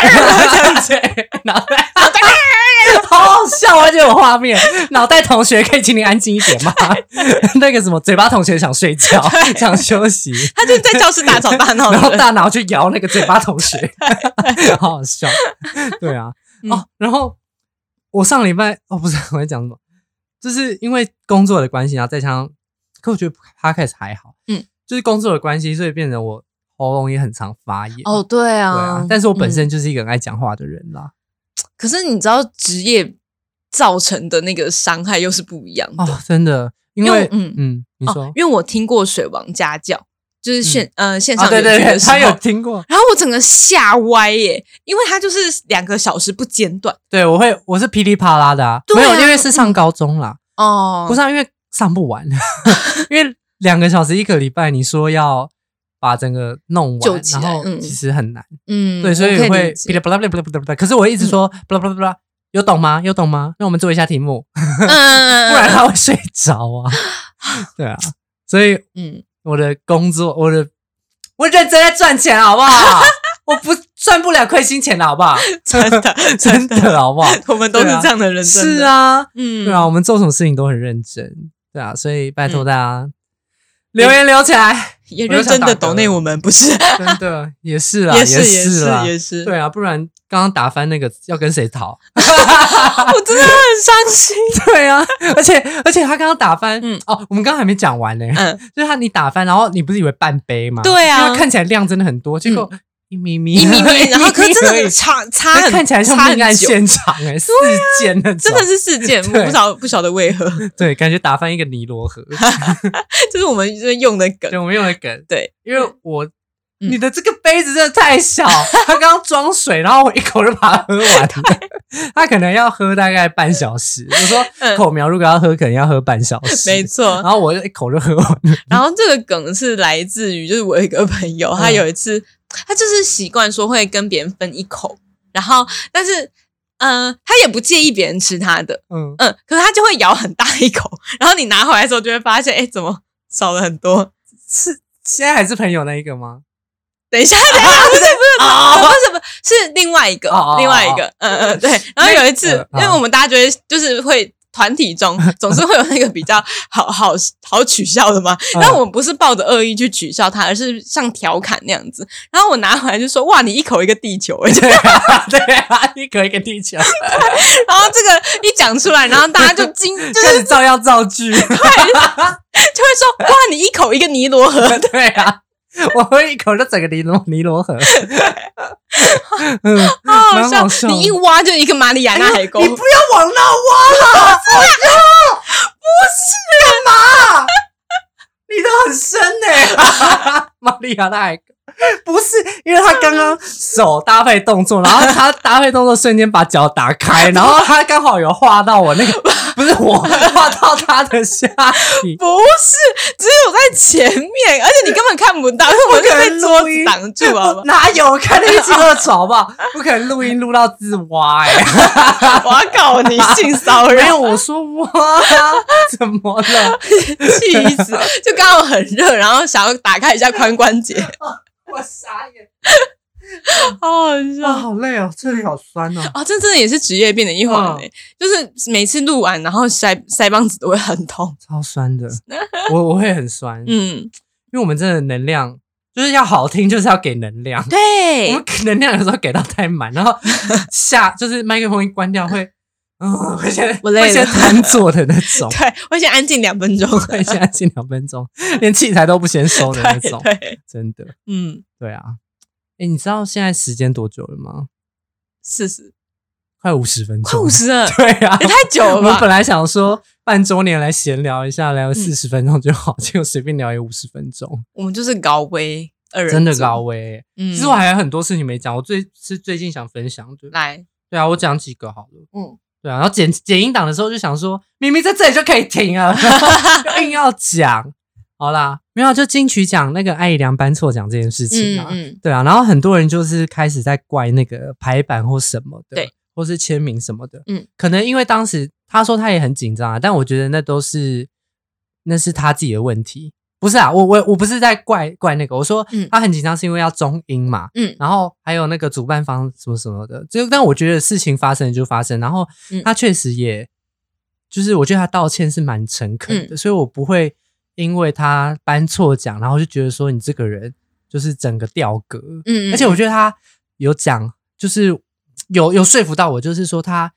Speaker 1: 对，脑袋脑袋， (laughs) 好好笑，完全有画面。脑袋同学可以请你安静一点吗？ (laughs) 那个什么嘴巴同学想睡觉，想休息，
Speaker 2: 他就在教室大吵大闹
Speaker 1: (laughs) 然后
Speaker 2: 的，
Speaker 1: 大脑去摇那个嘴
Speaker 2: (laughs)
Speaker 1: 巴同学， (laughs) 好好笑。对啊，
Speaker 2: 嗯
Speaker 1: 哦，然后我上礼拜哦，不是我在讲什么，就是因为工作的关系，然后再加上，可我觉得 podcast 还好，
Speaker 2: 嗯，
Speaker 1: 就是工作的关系，所以变成我喉咙也很常发炎。
Speaker 2: 哦，对
Speaker 1: 对
Speaker 2: 啊
Speaker 1: 啊，，但是我本
Speaker 2: 嗯
Speaker 1: 身就是一个很爱讲话的人啦。
Speaker 2: 可是你知道职业造成的那个伤害又是不一样的
Speaker 1: 哦，真的，因
Speaker 2: 嗯因为
Speaker 1: 为
Speaker 2: 我嗯
Speaker 1: 嗯，你说
Speaker 2: 哦，因为我听过水王家教，就是线、呃线
Speaker 1: 啊，
Speaker 2: 上
Speaker 1: 对对
Speaker 2: 演出
Speaker 1: 对，
Speaker 2: 的时候，
Speaker 1: 他有听过，
Speaker 2: 然后我整个吓歪耶，因为他就是两个小时不间断
Speaker 1: 对我会我是噼里啪啦的啊，
Speaker 2: 对啊
Speaker 1: 没有，因为是上高中啦，
Speaker 2: 哦
Speaker 1: 不是、啊、因为上不完， (laughs) 因为两个小时一个礼拜，你说要把整个弄
Speaker 2: 救
Speaker 1: 完，
Speaker 2: 起
Speaker 1: 然
Speaker 2: 来
Speaker 1: 后
Speaker 2: 嗯
Speaker 1: 其实很难，
Speaker 2: 嗯
Speaker 1: 对，所以
Speaker 2: 我可
Speaker 1: 会
Speaker 2: 理解嗯
Speaker 1: 噼里啪啦噼里啪啦噼里啪啦，可是我一直说啪啦啪啦啪啦，有懂吗？有懂吗？让我们做一下题目，
Speaker 2: 嗯嗯
Speaker 1: 不然他会睡着啊，
Speaker 2: (laughs)
Speaker 1: 对啊，所以
Speaker 2: 嗯
Speaker 1: 我的工作，我的我认真在赚钱，好不
Speaker 2: (laughs)
Speaker 1: 好？我不赚不了亏心钱的好不好？
Speaker 2: 真的
Speaker 1: (laughs) 真
Speaker 2: 真
Speaker 1: 的
Speaker 2: 的，
Speaker 1: 好不好？
Speaker 2: 我们都是这样的人，真的
Speaker 1: 是，啊，
Speaker 2: 嗯
Speaker 1: 对啊，，我们做什么事情都很认真，对啊，所以拜托大家留言留起来，
Speaker 2: 也认真的抖内我们不是，
Speaker 1: 真
Speaker 2: (laughs)
Speaker 1: 的也是啦，
Speaker 2: 也是也
Speaker 1: 是啦
Speaker 2: 是，也是，
Speaker 1: 对啊，不然刚刚打翻那个要跟谁讨？
Speaker 2: 我真的很伤心，
Speaker 1: (laughs) 对啊，而且而且他刚刚打翻，
Speaker 2: 嗯
Speaker 1: 哦，我们刚刚还没讲完呢，
Speaker 2: 嗯，
Speaker 1: 就是他你打翻，然后你不是以为半杯吗？
Speaker 2: 对啊嗯
Speaker 1: 因为看起来量真的很多，结果一咪咪，
Speaker 2: 一米米，然后可是真的
Speaker 1: 而已
Speaker 2: 很差差很
Speaker 1: 看起来像
Speaker 2: 差很
Speaker 1: 命案
Speaker 2: 久啊
Speaker 1: 现场哎、事件那种，
Speaker 2: 真的是事件，我
Speaker 1: 对
Speaker 2: 不知道不晓得为何，
Speaker 1: 对，感觉打翻一个尼罗河，
Speaker 2: 这是我们这边用的梗
Speaker 1: 对，。我们用的梗，
Speaker 2: 对，
Speaker 1: 因为我
Speaker 2: 嗯
Speaker 1: 你的这个杯子真的太
Speaker 2: (laughs)
Speaker 1: 小，他刚刚装水，然后我一口就把它喝完了。他可能要喝大概半小时。我说
Speaker 2: 嗯
Speaker 1: 口苗如果要喝，可能要喝半小时。
Speaker 2: 没错
Speaker 1: 然。后我就一口就喝完了。
Speaker 2: 然后这个梗是来自于，就是我有一个朋友，他有一次，他就是习惯说会跟别人分一口，然后但是，嗯、他也不介意别人吃他的，
Speaker 1: 嗯，
Speaker 2: 嗯，可是他就会咬很大一口，然后你拿回来之后就会发现，哎，怎么少了很多？
Speaker 1: 是现在还是朋友那一个吗？
Speaker 2: 等一下，等一下，不是不是，
Speaker 1: 啊
Speaker 2: 不 (laughs) 是不是是另外一个
Speaker 1: 哦哦哦，
Speaker 2: 另外一个，嗯嗯嗯对。然后有一次，
Speaker 1: 嗯
Speaker 2: 因为我们大家觉得就是会。团体中总是会有那个比较好好好取笑的嘛，
Speaker 1: 嗯
Speaker 2: 但我们不是抱着恶意去取笑他，而是像调侃那样子。然后我拿回来就说：“哇，你一口一个地球！” (laughs) 欸
Speaker 1: 对啊，对啊，一口一个地球，
Speaker 2: 然后这个一讲出来，然后大家就惊， (laughs) 就
Speaker 1: 开
Speaker 2: 是
Speaker 1: 始照样造句。
Speaker 2: 就会说：“哇，你一口一个尼罗 (laughs) 河。”
Speaker 1: (laughs) 对啊，我喝一口就整个尼罗尼罗河。嗯，
Speaker 2: 好
Speaker 1: 蛮
Speaker 2: 笑哎
Speaker 1: 好！笑
Speaker 2: 你一挖就一个马里亚纳海沟，
Speaker 1: 哎你不要往那挖了，不要， (laughs) 不是干嘛？你都很深呢、 (laughs) 玛利亚那海不是，因为他刚刚手搭配动作，然后他搭配动作瞬间把脚打开，然后他刚好有画到我那 (laughs) 个，不是我画到他的下体，
Speaker 2: 不是，只有在前面，而且你根本看不到，因为我就被桌子挡住，
Speaker 1: 啊 (laughs)
Speaker 2: 好吧？
Speaker 1: 哪有看那一集二好不好？不可能录音录到自挖哎、 (laughs)
Speaker 2: 我要告你性骚
Speaker 1: 没
Speaker 2: 扰，
Speaker 1: 有，我说哇，怎么了？
Speaker 2: 气死！ (laughs) 就刚好很热，然后想要打开一下髋关节，
Speaker 1: 我傻眼。
Speaker 2: 好好
Speaker 1: 啊，
Speaker 2: 笑。
Speaker 1: 好累哦，这里好酸哦。
Speaker 2: 啊、这真的也是职业病的一环
Speaker 1: 嗯
Speaker 2: 诶、就是每次录完，然后腮腮帮子都会很痛。
Speaker 1: 超酸
Speaker 2: (laughs)
Speaker 1: 的，我我会很酸，因
Speaker 2: 嗯，
Speaker 1: 为我们真的能量就是要好听，就是要给能量。我
Speaker 2: 对
Speaker 1: 们，给能量有时候给到太满，
Speaker 2: (laughs)
Speaker 1: 然后下就是麦克风一关掉会，嗯，会先
Speaker 2: 我累了
Speaker 1: 会先瘫坐的那
Speaker 2: (laughs)
Speaker 1: 种，
Speaker 2: 对，我先安静两分
Speaker 1: (laughs)
Speaker 2: 钟。
Speaker 1: 会先安静两分钟，连器材都不先收的那
Speaker 2: 对
Speaker 1: 种，
Speaker 2: 对，
Speaker 1: 真的，
Speaker 2: 嗯，
Speaker 1: 对啊。哎，你知道现在时间多久了吗？
Speaker 2: 四十，
Speaker 1: 快五十分钟，
Speaker 2: 快五，十了，
Speaker 1: (laughs) 对啊，
Speaker 2: (laughs) 也太久
Speaker 1: 我
Speaker 2: 了
Speaker 1: 们
Speaker 2: 吧嗯
Speaker 1: 本？来想说半周年来闲聊一下，聊四十分钟就好，结果随便聊也五十分钟，
Speaker 2: 我们就是高危二人，
Speaker 1: 真的高，危。
Speaker 2: 嗯
Speaker 1: 其实我还有很多事情没讲，我最是最近想分享的。
Speaker 2: 来，
Speaker 1: 对啊，我讲几个好了。
Speaker 2: 嗯，
Speaker 1: 对啊，然后剪剪音档的时候就想说，明明在这里就可以停了，然后 (laughs) 就硬要讲。好啦，没有啊就金曲奖那个艾怡良颁错奖这件事情啊。
Speaker 2: 嗯
Speaker 1: 对啊，然后很多人就是开始在怪那个排版或什么的，
Speaker 2: 对，
Speaker 1: 或是签名什么的，
Speaker 2: 嗯，
Speaker 1: 可能因为当时他说他也很紧张啊，但我觉得那都是那是他自己的问题，不是啊，我我我不是在怪怪那个，我说
Speaker 2: 嗯
Speaker 1: 他很紧张是因为要中英嘛，
Speaker 2: 嗯
Speaker 1: 然后还有那个主办方什么什么的，就但我觉得事情发生了就发生，然后
Speaker 2: 嗯
Speaker 1: 他确实也、就是我觉得他道歉是蛮诚
Speaker 2: 嗯
Speaker 1: 恳的，所以我不会因为他颁错奖，然后就觉得说你这个人就是整个掉格，
Speaker 2: 嗯
Speaker 1: 而且我
Speaker 2: 得
Speaker 1: 觉得他有讲，就是有有说服到我，就是说他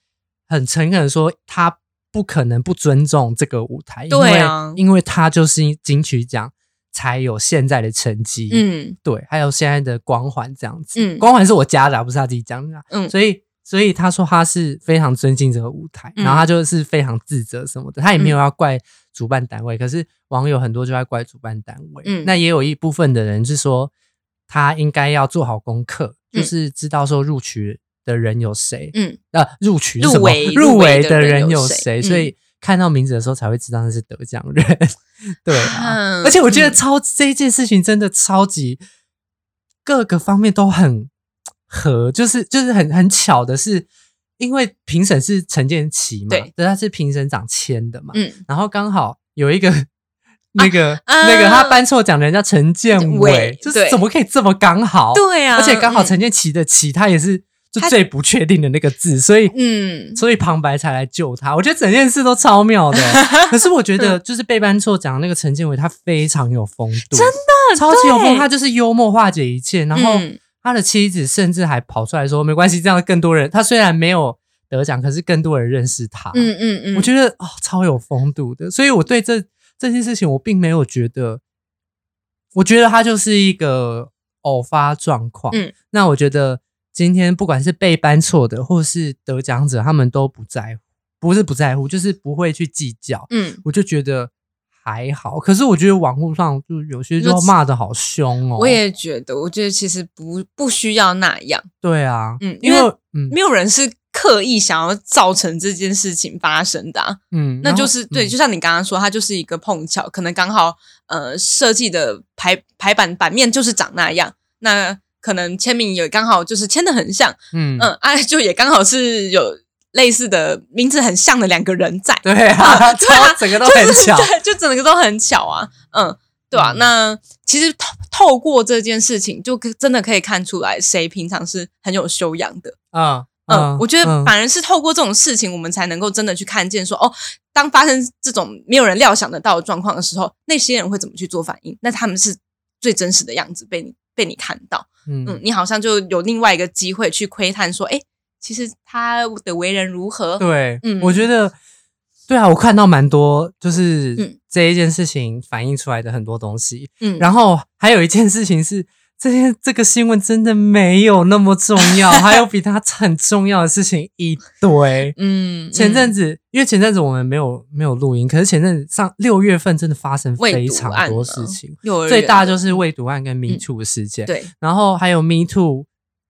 Speaker 1: 很诚恳地说他不可能不尊重这个舞台，
Speaker 2: 对啊
Speaker 1: 因为因为他就是金曲奖才有现在的成绩，，
Speaker 2: 嗯
Speaker 1: 对，还有现在的光环这样子，
Speaker 2: 嗯
Speaker 1: 光环是我加的啊，不是他自己讲的啊，
Speaker 2: 嗯
Speaker 1: 所以。所以他说他是非常尊敬这个舞台，
Speaker 2: 嗯
Speaker 1: 然后他就是非常自责什么的，他也没有要怪主办单位，可是网友很多就在怪主办单位。
Speaker 2: 嗯
Speaker 1: 那也有一部分的人是说他应该要做好功课，就
Speaker 2: 嗯
Speaker 1: 是知道说录取的人有谁，
Speaker 2: 嗯
Speaker 1: 呃，录取是
Speaker 2: 入
Speaker 1: 什么
Speaker 2: 围
Speaker 1: 入
Speaker 2: 入
Speaker 1: 围
Speaker 2: 围
Speaker 1: 的
Speaker 2: 的人
Speaker 1: 人
Speaker 2: 有
Speaker 1: 有谁，
Speaker 2: 谁
Speaker 1: 所
Speaker 2: 嗯
Speaker 1: 以看到名字的时候才会知道那是得奖人。 (laughs) 对啊，
Speaker 2: 嗯
Speaker 1: 而且我觉得超、这一件事情真的超级各个方面都很合，就是就是很很巧的是，因为评审是陈建奇嘛，
Speaker 2: 对，
Speaker 1: 他是评审长签的嘛，
Speaker 2: 嗯，
Speaker 1: 然后刚好有一个那个、
Speaker 2: 啊
Speaker 1: 那个他颁错奖的人叫陈建伟
Speaker 2: 伟，
Speaker 1: 就是
Speaker 2: 对
Speaker 1: 怎么可以这么刚好？
Speaker 2: 对啊，
Speaker 1: 而且刚好
Speaker 2: 嗯
Speaker 1: 陈建奇的奇，他也是就
Speaker 2: 他
Speaker 1: 最不确定的那个字，所以
Speaker 2: 嗯
Speaker 1: 所以旁白才来救他。我觉得整件事都超
Speaker 2: (laughs)
Speaker 1: 妙的。可是我觉得就是被班错讲的那个陈建伟，他非常有风度，真的超级有风度，
Speaker 2: 对
Speaker 1: 他就是幽默化解一切。然后
Speaker 2: 嗯
Speaker 1: 他的妻子甚至还跑出来说：“没关系，这样更多人。”他虽然没有得奖，可是更多人认识他。
Speaker 2: 嗯嗯嗯，
Speaker 1: 我觉得哦，超有风度的。所以我对这这件事情，我并没有觉得，我觉得它就是一个偶发状况。
Speaker 2: 嗯，
Speaker 1: 那我觉得今天不管是被颁错的，或是得奖者，他们都不在乎，不是不在乎，就是不会去计较。
Speaker 2: 嗯
Speaker 1: 我就觉得还还好，可是我觉得网络上就有些就骂的好凶哦。
Speaker 2: 我也觉得，我觉得其实不不需要那样，
Speaker 1: 对啊，
Speaker 2: 嗯
Speaker 1: 因
Speaker 2: 因为
Speaker 1: 嗯
Speaker 2: 没有人是刻意想要造成这件事情发生的、啊。
Speaker 1: 嗯，
Speaker 2: 那
Speaker 1: 然后
Speaker 2: 就是对，
Speaker 1: 嗯
Speaker 2: 就像你刚刚说，它就是一个碰巧，可能刚好呃设计的排排版版面就是长那样，那可能签名也刚好就是签的很像，
Speaker 1: 嗯
Speaker 2: 嗯，啊，就也刚好是有类似的名字很像的两个人在，
Speaker 1: 对啊，超整个都很巧，
Speaker 2: 对，就整个都很巧啊，嗯，对啊，
Speaker 1: 嗯
Speaker 2: 那其实透透过这件事情，就可真的可以看出来谁平常是很有修养的，
Speaker 1: 嗯
Speaker 2: 嗯，我觉得
Speaker 1: 嗯
Speaker 2: 反而是透过这种事情，我们才能够真的去看见说，哦，当发生这种没有人料想得到的状况的时候，那些人会怎么去做反应？那他们是最真实的样子被你被你看到，嗯，
Speaker 1: 嗯，
Speaker 2: 你好像就有另外一个机会去窥探说，哎，其实他的为人如何？
Speaker 1: 对，
Speaker 2: 嗯
Speaker 1: 我觉得对啊，我看到蛮多，就是
Speaker 2: 嗯
Speaker 1: 这一件事情反映出来的很多东西，
Speaker 2: 嗯，
Speaker 1: 然后还有一件事情是。这件这个新闻真的没有那么重要，还有比它很重要的事情一堆。
Speaker 2: 嗯，
Speaker 1: 前阵
Speaker 2: 子
Speaker 1: 子，因为前阵子我们没有没有录音，可是前阵子上六月份真的发生非常多事情，
Speaker 2: 有
Speaker 1: 最大就是未读案跟 Me Too 的事件，
Speaker 2: 嗯对
Speaker 1: 然后还有 Me Too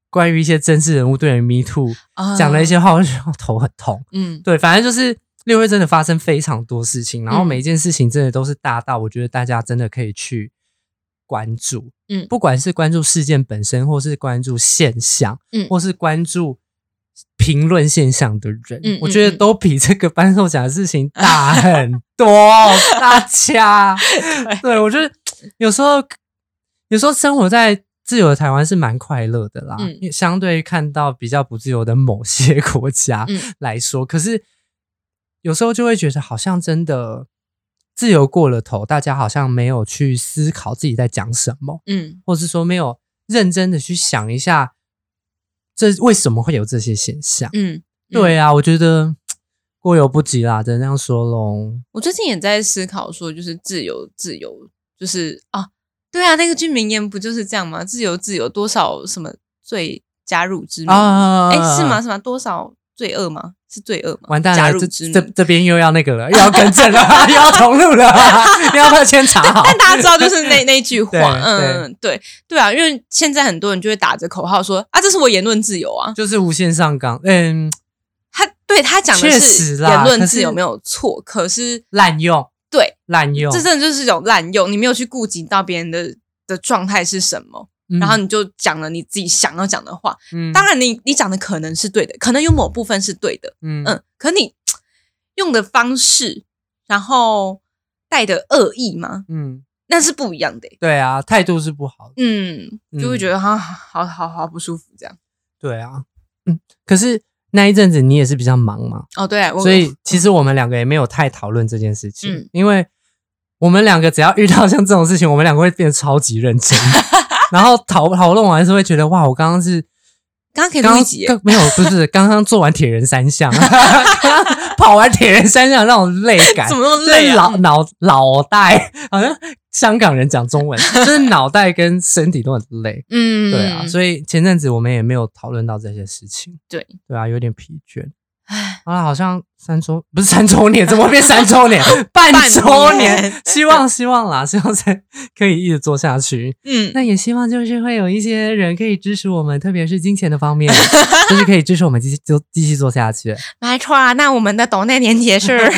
Speaker 1: 关于一些政治人物对于 Me Too
Speaker 2: 啊
Speaker 1: 讲了一些话，我就觉得头很痛。
Speaker 2: 嗯
Speaker 1: 对，反正就是六月真的发生非常多事情，然后
Speaker 2: 嗯
Speaker 1: 每一件事情真的都是大到我觉得大家真的可以去关注，
Speaker 2: 嗯
Speaker 1: 不管是关注事件本身，或是关注现象，
Speaker 2: 嗯
Speaker 1: 或是关注评论现象的人，
Speaker 2: 嗯嗯
Speaker 1: 我觉得
Speaker 2: 嗯
Speaker 1: 都比这个 (laughs) 颁授奖的事情大很
Speaker 2: (laughs)
Speaker 1: 多。大家，对我觉得有时候，有时候生活在。自由的台湾是蛮快乐的啦，
Speaker 2: 嗯
Speaker 1: 因为相对于看到比较不自由的某些 (laughs) 国家，
Speaker 2: 嗯
Speaker 1: 来说，可是有时候就会觉得好像真的自由过了头，大家好像没有去思考自己在讲什么，
Speaker 2: 嗯
Speaker 1: 或是说没有认真的去想一下，这为什么会有这些现象？
Speaker 2: 嗯，
Speaker 1: 对啊，我觉得过犹不及啦，只能这样说喽。
Speaker 2: 我最近也在思考说，就是自由，自由，就是啊，对啊，那个句名言不就是这样吗？自由，自由，多少什么罪加入之名？
Speaker 1: 啊，
Speaker 2: 哎、是吗？？是吗？多少罪恶吗？是罪恶吗？
Speaker 1: 完蛋
Speaker 2: 加
Speaker 1: 了，
Speaker 2: 入
Speaker 1: 这
Speaker 2: 之
Speaker 1: 这
Speaker 2: 名。
Speaker 1: 这边又要那个了，又要更正了， (laughs) 又要重录了，你要不要先查好？ (laughs)
Speaker 2: 但大家知道，就是那那一句话
Speaker 1: 啊对，
Speaker 2: 嗯，对对啊，因为现在很多人就会打着口号说啊，这是我言论自由啊。
Speaker 1: 就是无限上纲，嗯，
Speaker 2: 他对他讲的
Speaker 1: 确
Speaker 2: 是
Speaker 1: 实啦
Speaker 2: 言
Speaker 1: 可
Speaker 2: 论
Speaker 1: 是
Speaker 2: 自由没有错，可是
Speaker 1: 滥用，
Speaker 2: 对，
Speaker 1: 滥用，
Speaker 2: 这真的就是一种滥用，你没有去顾及到别人的的状态是什么，
Speaker 1: 嗯
Speaker 2: 然后你就讲了你自己想要讲的话。
Speaker 1: 嗯
Speaker 2: 当然你，你讲的可能是对的，可能有某部分是对的，
Speaker 1: 嗯
Speaker 2: 嗯，可你用的方式，然后带的恶意吗？
Speaker 1: 嗯，
Speaker 2: 那是不一样的欸、
Speaker 1: 对啊，态度是不好的。
Speaker 2: 嗯，就会
Speaker 1: 嗯
Speaker 2: 觉得哈、好好好不舒服这样。
Speaker 1: 对啊，嗯，可是那一阵子你也是比较忙嘛，
Speaker 2: 哦，对、啊，我
Speaker 1: 所以其实我们两个也没有太讨论这件事情，
Speaker 2: 嗯
Speaker 1: 因为我们两个只要遇到像这种事情，我们两个会变得超级认
Speaker 2: (laughs)
Speaker 1: 真，然后讨讨论完是会觉得哇，我刚刚是。
Speaker 2: 刚刚可以
Speaker 1: 刚
Speaker 2: 录一
Speaker 1: 刚
Speaker 2: 集欸，
Speaker 1: 刚没有，不是刚刚做完铁人三项， (laughs) 刚刚跑完铁人三项那种累感，
Speaker 2: 怎么那么
Speaker 1: 就是
Speaker 2: 累啊？
Speaker 1: 脑脑脑袋，好像香港人讲中文，就是脑袋跟身体都很累。
Speaker 2: 嗯，
Speaker 1: 对啊，所以前阵子我们也没有讨论到这些事情。
Speaker 2: 对，
Speaker 1: 对啊，有点疲倦。
Speaker 2: 唉，
Speaker 1: 啊，好像三周不是三周年，怎么变三周
Speaker 2: (laughs)
Speaker 1: 年？半周
Speaker 2: 半
Speaker 1: 年
Speaker 2: 年，
Speaker 1: 希望希望啦，希望再可以一直做下去。
Speaker 2: 嗯，
Speaker 1: 那也希望就是会有一些人可以支持我们，特别是金钱的方面，就是可以支持我们继续就继续做下去。
Speaker 2: 没错啊。那我们的抖内连结是，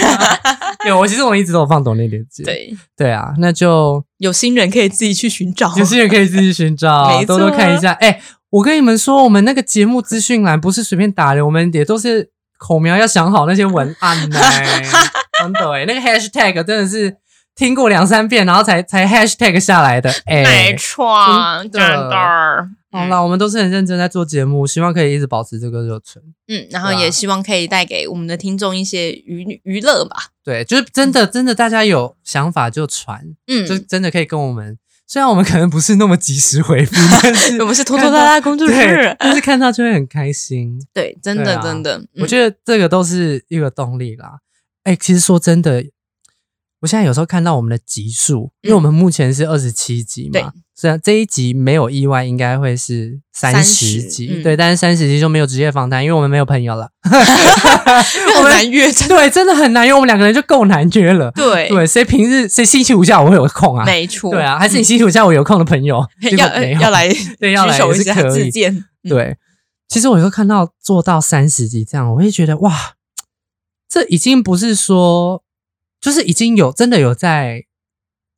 Speaker 1: (laughs) 有，我其实我一直都有放抖内链接。
Speaker 2: (laughs) 对，哦
Speaker 1: 对啊，那就
Speaker 2: 有心人可以自己去寻找。
Speaker 1: 有些人可以自己寻找，
Speaker 2: (laughs) 没
Speaker 1: 多
Speaker 2: 错
Speaker 1: 多看一下。哎、我跟你们说，我们那个节目资讯栏不是随便打的，我们也都是口苗要想好那些文案呢、真的哎、那个 hashtag 真的是听过两三遍，然后才才 hashtag 下来的
Speaker 2: (laughs)
Speaker 1: 哎、
Speaker 2: 没错，
Speaker 1: 真
Speaker 2: 真
Speaker 1: 的
Speaker 2: 的。
Speaker 1: 好啦，我们都是很认真在做节目，希望可以一直保持这个热忱。
Speaker 2: 嗯，然后
Speaker 1: 对啊
Speaker 2: 也希望可以带给我们的听众一些娱娱乐吧。
Speaker 1: 对，就是真的真的，大家有想法就传，
Speaker 2: 嗯，
Speaker 1: 就真的可以跟我们。虽然我们可能不是那么及时回
Speaker 2: (laughs)
Speaker 1: 复，但是
Speaker 2: 我们是拖拖拉拉工作
Speaker 1: 对
Speaker 2: 室，
Speaker 1: 但是看到就会很开心。
Speaker 2: 对，真
Speaker 1: 对
Speaker 2: 的、
Speaker 1: 啊
Speaker 2: 真的，嗯
Speaker 1: 我觉得这个都是一个动力啦。哎、其实说真
Speaker 2: 嗯
Speaker 1: 的，我现在有时候看到我们的集数，因为我们目前是二十七集嘛，这这一集没有意外，应该会是三十
Speaker 2: 30
Speaker 1: 集，
Speaker 2: 嗯
Speaker 1: 对，但是三十集就没有职业访谈，因为我们没有朋友了。 (laughs)
Speaker 2: 因为很难约，真的
Speaker 1: 对，真的很难，因为我们两个人就够难约了。
Speaker 2: 对
Speaker 1: 对，谁平日谁星期五下午会有空啊？
Speaker 2: 没错，
Speaker 1: 对
Speaker 2: (laughs)
Speaker 1: 啊，还是你星期五下午有空的朋友，结果
Speaker 2: 要呃
Speaker 1: 没有
Speaker 2: 要来
Speaker 1: (laughs) 对要来
Speaker 2: 举手
Speaker 1: 也
Speaker 2: 一
Speaker 1: 是
Speaker 2: 下
Speaker 1: 可以
Speaker 2: 自荐， (laughs) 嗯
Speaker 1: 对，其实我有时候看到做到三十集这样，我会觉得哇，这已经不是说，就是已经有真的有在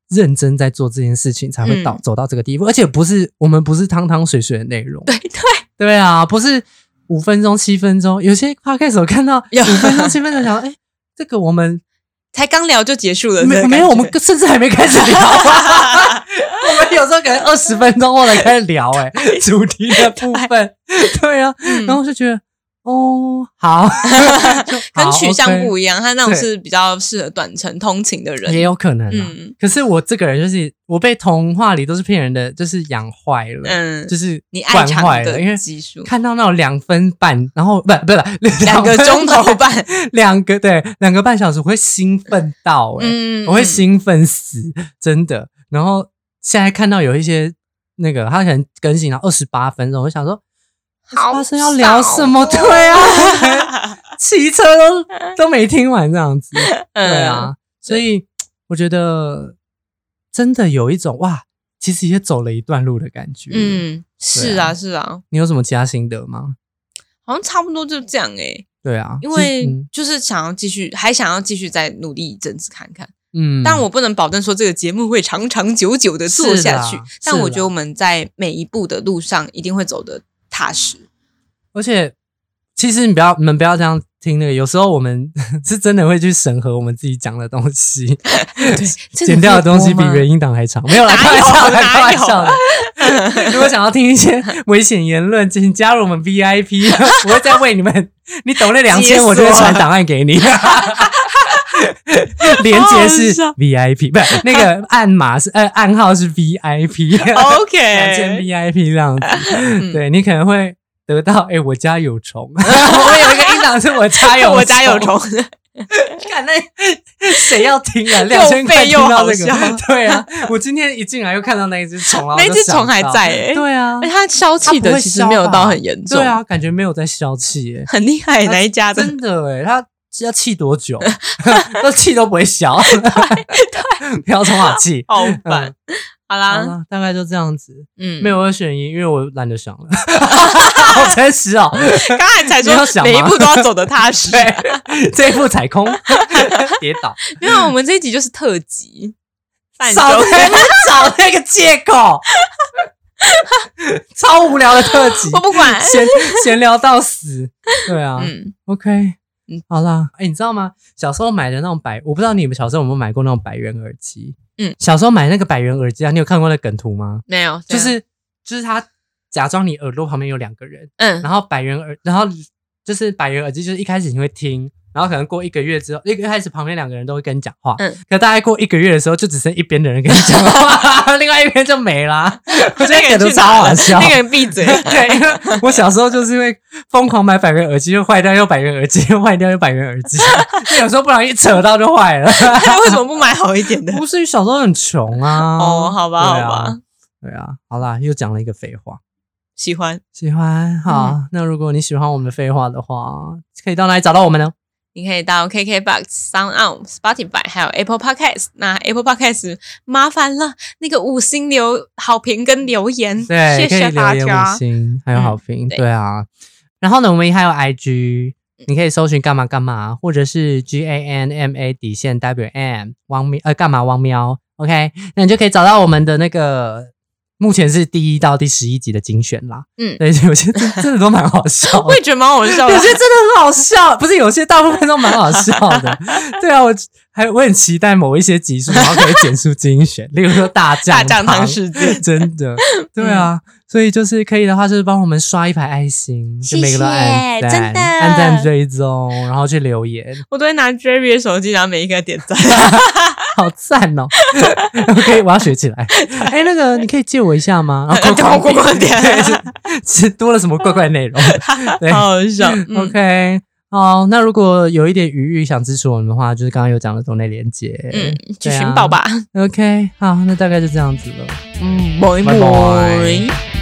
Speaker 1: 认真在做这件事情，才会到、
Speaker 2: 嗯
Speaker 1: 走到这个地步。而且不是我们不是汤汤水水的内容，
Speaker 2: 对对，
Speaker 1: 对啊，不是五分钟七分钟，有些 podcast 我看到
Speaker 2: (laughs) 有
Speaker 1: 五分钟七分钟，想哎。诶这个我们
Speaker 2: 才刚聊就结束了，
Speaker 1: 没
Speaker 2: 这个
Speaker 1: 没有，
Speaker 2: 感
Speaker 1: 我
Speaker 2: 觉嗯
Speaker 1: 们甚至还没开始聊、
Speaker 2: (laughs)
Speaker 1: 啊，我们有时候可能二十分钟后才开始聊、诶哎，主题的部分，对啊，
Speaker 2: 嗯
Speaker 1: 然后我就觉得，哦，
Speaker 2: (laughs)
Speaker 1: 好，就
Speaker 2: 跟
Speaker 1: 好
Speaker 2: 取向
Speaker 1: OK
Speaker 2: 不一样，他那种
Speaker 1: 对
Speaker 2: 是比较适合短程通勤的人，
Speaker 1: 也有可能、啊。
Speaker 2: 嗯
Speaker 1: 可是我这个人就是，我被童话里都是骗人的，就是养坏了，
Speaker 2: 嗯，
Speaker 1: 就是
Speaker 2: 你爱
Speaker 1: 惯坏
Speaker 2: 长
Speaker 1: 了，因为
Speaker 2: 的技术，
Speaker 1: 看到那种两分半，然后不不不
Speaker 2: 两个
Speaker 1: 分
Speaker 2: 钟头
Speaker 1: 半，
Speaker 2: 半，
Speaker 1: 两个对两个半小时，我会兴奋到哎、(laughs)
Speaker 2: 嗯
Speaker 1: 我会兴奋死， (laughs) 真的。然后现在看到有一些那个他可能更新到二十八分钟，我想说。
Speaker 2: 好
Speaker 1: 发生要聊什么？
Speaker 2: 少
Speaker 1: 对
Speaker 2: 哦 (laughs)
Speaker 1: 啊，骑车都都没听完这样子。
Speaker 2: 嗯
Speaker 1: 对，啊，所以我觉得真的有一种哇，其实也走了一段路的感觉。，
Speaker 2: 嗯，是
Speaker 1: 对啊
Speaker 2: 啊，是啊，
Speaker 1: 你有什么其他心得吗？
Speaker 2: 好像差不多就这样诶，
Speaker 1: 对啊，
Speaker 2: 因
Speaker 1: 其实
Speaker 2: 为
Speaker 1: 嗯
Speaker 2: 就是想要继续，还想要继续再努力一阵子看看。
Speaker 1: 嗯，
Speaker 2: 但我不能保证说这个节目会长长久久的做
Speaker 1: 是
Speaker 2: 下
Speaker 1: 啦
Speaker 2: 去
Speaker 1: 是，
Speaker 2: 但我
Speaker 1: 啦
Speaker 2: 觉得我们在每一步的路上一定会走得踏实。
Speaker 1: 而且其实你不要你们不要这样听那个，有时候我们 (laughs) 是真的会去审核我们自己讲的东西，
Speaker 2: 对，真
Speaker 1: 剪掉的东西比
Speaker 2: 会播吗 (laughs)
Speaker 1: 原音档还长，没有啦，
Speaker 2: 哪
Speaker 1: 开玩笑
Speaker 2: 有
Speaker 1: 的，开
Speaker 2: 哪
Speaker 1: 玩
Speaker 2: 有
Speaker 1: 笑的。如果想要听一些危险言论，请加入我们 VIP，我 (laughs) 会再为你们，你懂那两
Speaker 2: 解
Speaker 1: 千，
Speaker 2: 锁
Speaker 1: 我就会传档案给你。 (laughs) 连接是
Speaker 2: 好好笑
Speaker 1: VIP，不是那个暗码是呃暗号是 VIP，
Speaker 2: OK，
Speaker 1: 两千 VIP 这样子，
Speaker 2: 哎嗯
Speaker 1: 对你可能会得到，哎、我家有
Speaker 2: (laughs)
Speaker 1: 虫，我有一个音档是我家有，
Speaker 2: 我家有，虫， (laughs)
Speaker 1: 看那 (laughs) 谁要听啊？两千块
Speaker 2: 废
Speaker 1: 听
Speaker 2: 又
Speaker 1: 到这
Speaker 2: 好
Speaker 1: 个
Speaker 2: 笑，
Speaker 1: 对啊，我今天一进来又看到那一只虫了，
Speaker 2: 那一只虫还
Speaker 1: 我就想到
Speaker 2: 在欸
Speaker 1: 对啊
Speaker 2: 而且，它消气
Speaker 1: 它不
Speaker 2: 的
Speaker 1: 会
Speaker 2: 其实
Speaker 1: 消
Speaker 2: 没有
Speaker 1: 吧
Speaker 2: 到很严重，
Speaker 1: 对，啊，感觉没有在消气耶、
Speaker 2: 很厉害
Speaker 1: 它
Speaker 2: 哪一家的？
Speaker 1: 真的哎、它要气多
Speaker 2: (laughs)
Speaker 1: 久？那气都不会消， (laughs) 不要充好气。
Speaker 2: 好烦。好
Speaker 1: 嗯好
Speaker 2: 啦，
Speaker 1: 啦，大概就这样子，
Speaker 2: 嗯，
Speaker 1: 没有二选一，因为我懒得想
Speaker 2: (laughs)
Speaker 1: 了，好诚实哦。
Speaker 2: 刚才才
Speaker 1: 你要
Speaker 2: 说
Speaker 1: 想吗
Speaker 2: 每一步都要走得踏实。
Speaker 1: (laughs) 对，这一步踩
Speaker 2: (laughs)
Speaker 1: 空跌倒，
Speaker 2: 没有，我们这一集就是特辑，泛
Speaker 1: (laughs)
Speaker 2: 舟
Speaker 1: 少在那边找那个借口， (laughs) 超无聊的特
Speaker 2: (laughs)
Speaker 1: 辑
Speaker 2: (laughs) 我，不管。
Speaker 1: 闲闲聊到死。对啊、
Speaker 2: 嗯，
Speaker 1: o k
Speaker 2: 嗯
Speaker 1: 好啦，哎、你知道吗？小时候买的那种百，我不知道你们小时候有没有买过那种百元耳机。
Speaker 2: 嗯，
Speaker 1: 小时候买那个百元耳机啊，你有看过那梗图吗？
Speaker 2: 没有，
Speaker 1: 就
Speaker 2: 这样
Speaker 1: 是就是他假装你耳朵旁边有两个人，
Speaker 2: 嗯，
Speaker 1: 然后百元耳，然后就是百元耳机，就是一开始你会听，然后可能过一个月之后，一个一开始旁边两个人都会跟你讲话，
Speaker 2: 嗯
Speaker 1: 可大概过一个月的时候，就只剩一边的人跟你讲
Speaker 2: (laughs)
Speaker 1: 话，另外一边就没啦。我觉得
Speaker 2: 那
Speaker 1: 感
Speaker 2: 个
Speaker 1: 觉
Speaker 2: 人去
Speaker 1: 超
Speaker 2: 哪了
Speaker 1: 好笑。(laughs)
Speaker 2: 那个人闭嘴。
Speaker 1: 对，因为我小时候就是会疯狂买百元耳机，又坏掉又百元耳机，又坏掉又百元耳
Speaker 2: (laughs)
Speaker 1: 机，有时候不小心扯到就坏了。
Speaker 2: 他为什么不买好一点的？
Speaker 1: 不是小时候很穷啊。
Speaker 2: 哦好吧
Speaker 1: 对啊
Speaker 2: 好吧，
Speaker 1: 对啊，好啦，又讲了一个废话。
Speaker 2: 喜欢？
Speaker 1: 喜欢好、
Speaker 2: 嗯
Speaker 1: 那如果你喜欢我们的废话的话，可以到哪里找到我们呢？
Speaker 2: 你可以到 KKBox、Sound On、Spotify 还有 Apple Podcast。那 Apple Podcast 麻烦了，那个五星留好评跟留言，
Speaker 1: 对，
Speaker 2: 谢谢
Speaker 1: 可
Speaker 2: 大
Speaker 1: 以留言五
Speaker 2: 家。嗯
Speaker 1: 星，还有好评、
Speaker 2: 对嗯
Speaker 1: 对啊。然后呢，我们还有 IG，你可以搜寻干嘛干嘛，或者是 G A N M A 底线 W M 汪喵呃干嘛汪喵，OK，那你就可以找到我们的那个。目前是第一到第十一集的精选啦，
Speaker 2: 嗯
Speaker 1: 对，有些真真的都蛮好笑的
Speaker 2: 我，也觉得蛮好笑的啊
Speaker 1: 有，些真的很好笑，不是有些大部分都蛮好笑
Speaker 2: (laughs)
Speaker 1: 的。对啊，我还我很期待某一些集数，然后可以剪出精选，例如说大酱
Speaker 2: (laughs) 大酱汤事件。
Speaker 1: 真的，对啊，所以就是可以的话，就是帮我们刷一排爱心，就每个都按
Speaker 2: 谢谢
Speaker 1: 赞，
Speaker 2: 真的
Speaker 1: 按赞追踪，然后去留言， (laughs)
Speaker 2: 我都会拿 Jerry 的手机，然后每一个点赞。
Speaker 1: 好赞哦！ (laughs) 我可以，我要学起
Speaker 2: (laughs)
Speaker 1: 来。哎，那个你可以借我一下吗？啊然后
Speaker 2: 对我过
Speaker 1: (laughs)
Speaker 2: 过点 (laughs)
Speaker 1: 对是是多了什么怪怪内容？对，
Speaker 2: 好好笑。嗯
Speaker 1: OK，哦，那如果有一点余裕想支持我们的话，就是刚刚有讲的种类连接，
Speaker 2: 嗯，去
Speaker 1: 对啊
Speaker 2: 寻宝吧。
Speaker 1: OK，好，那大概就这样子了。
Speaker 2: 嗯，拜
Speaker 1: 拜拜
Speaker 2: 拜。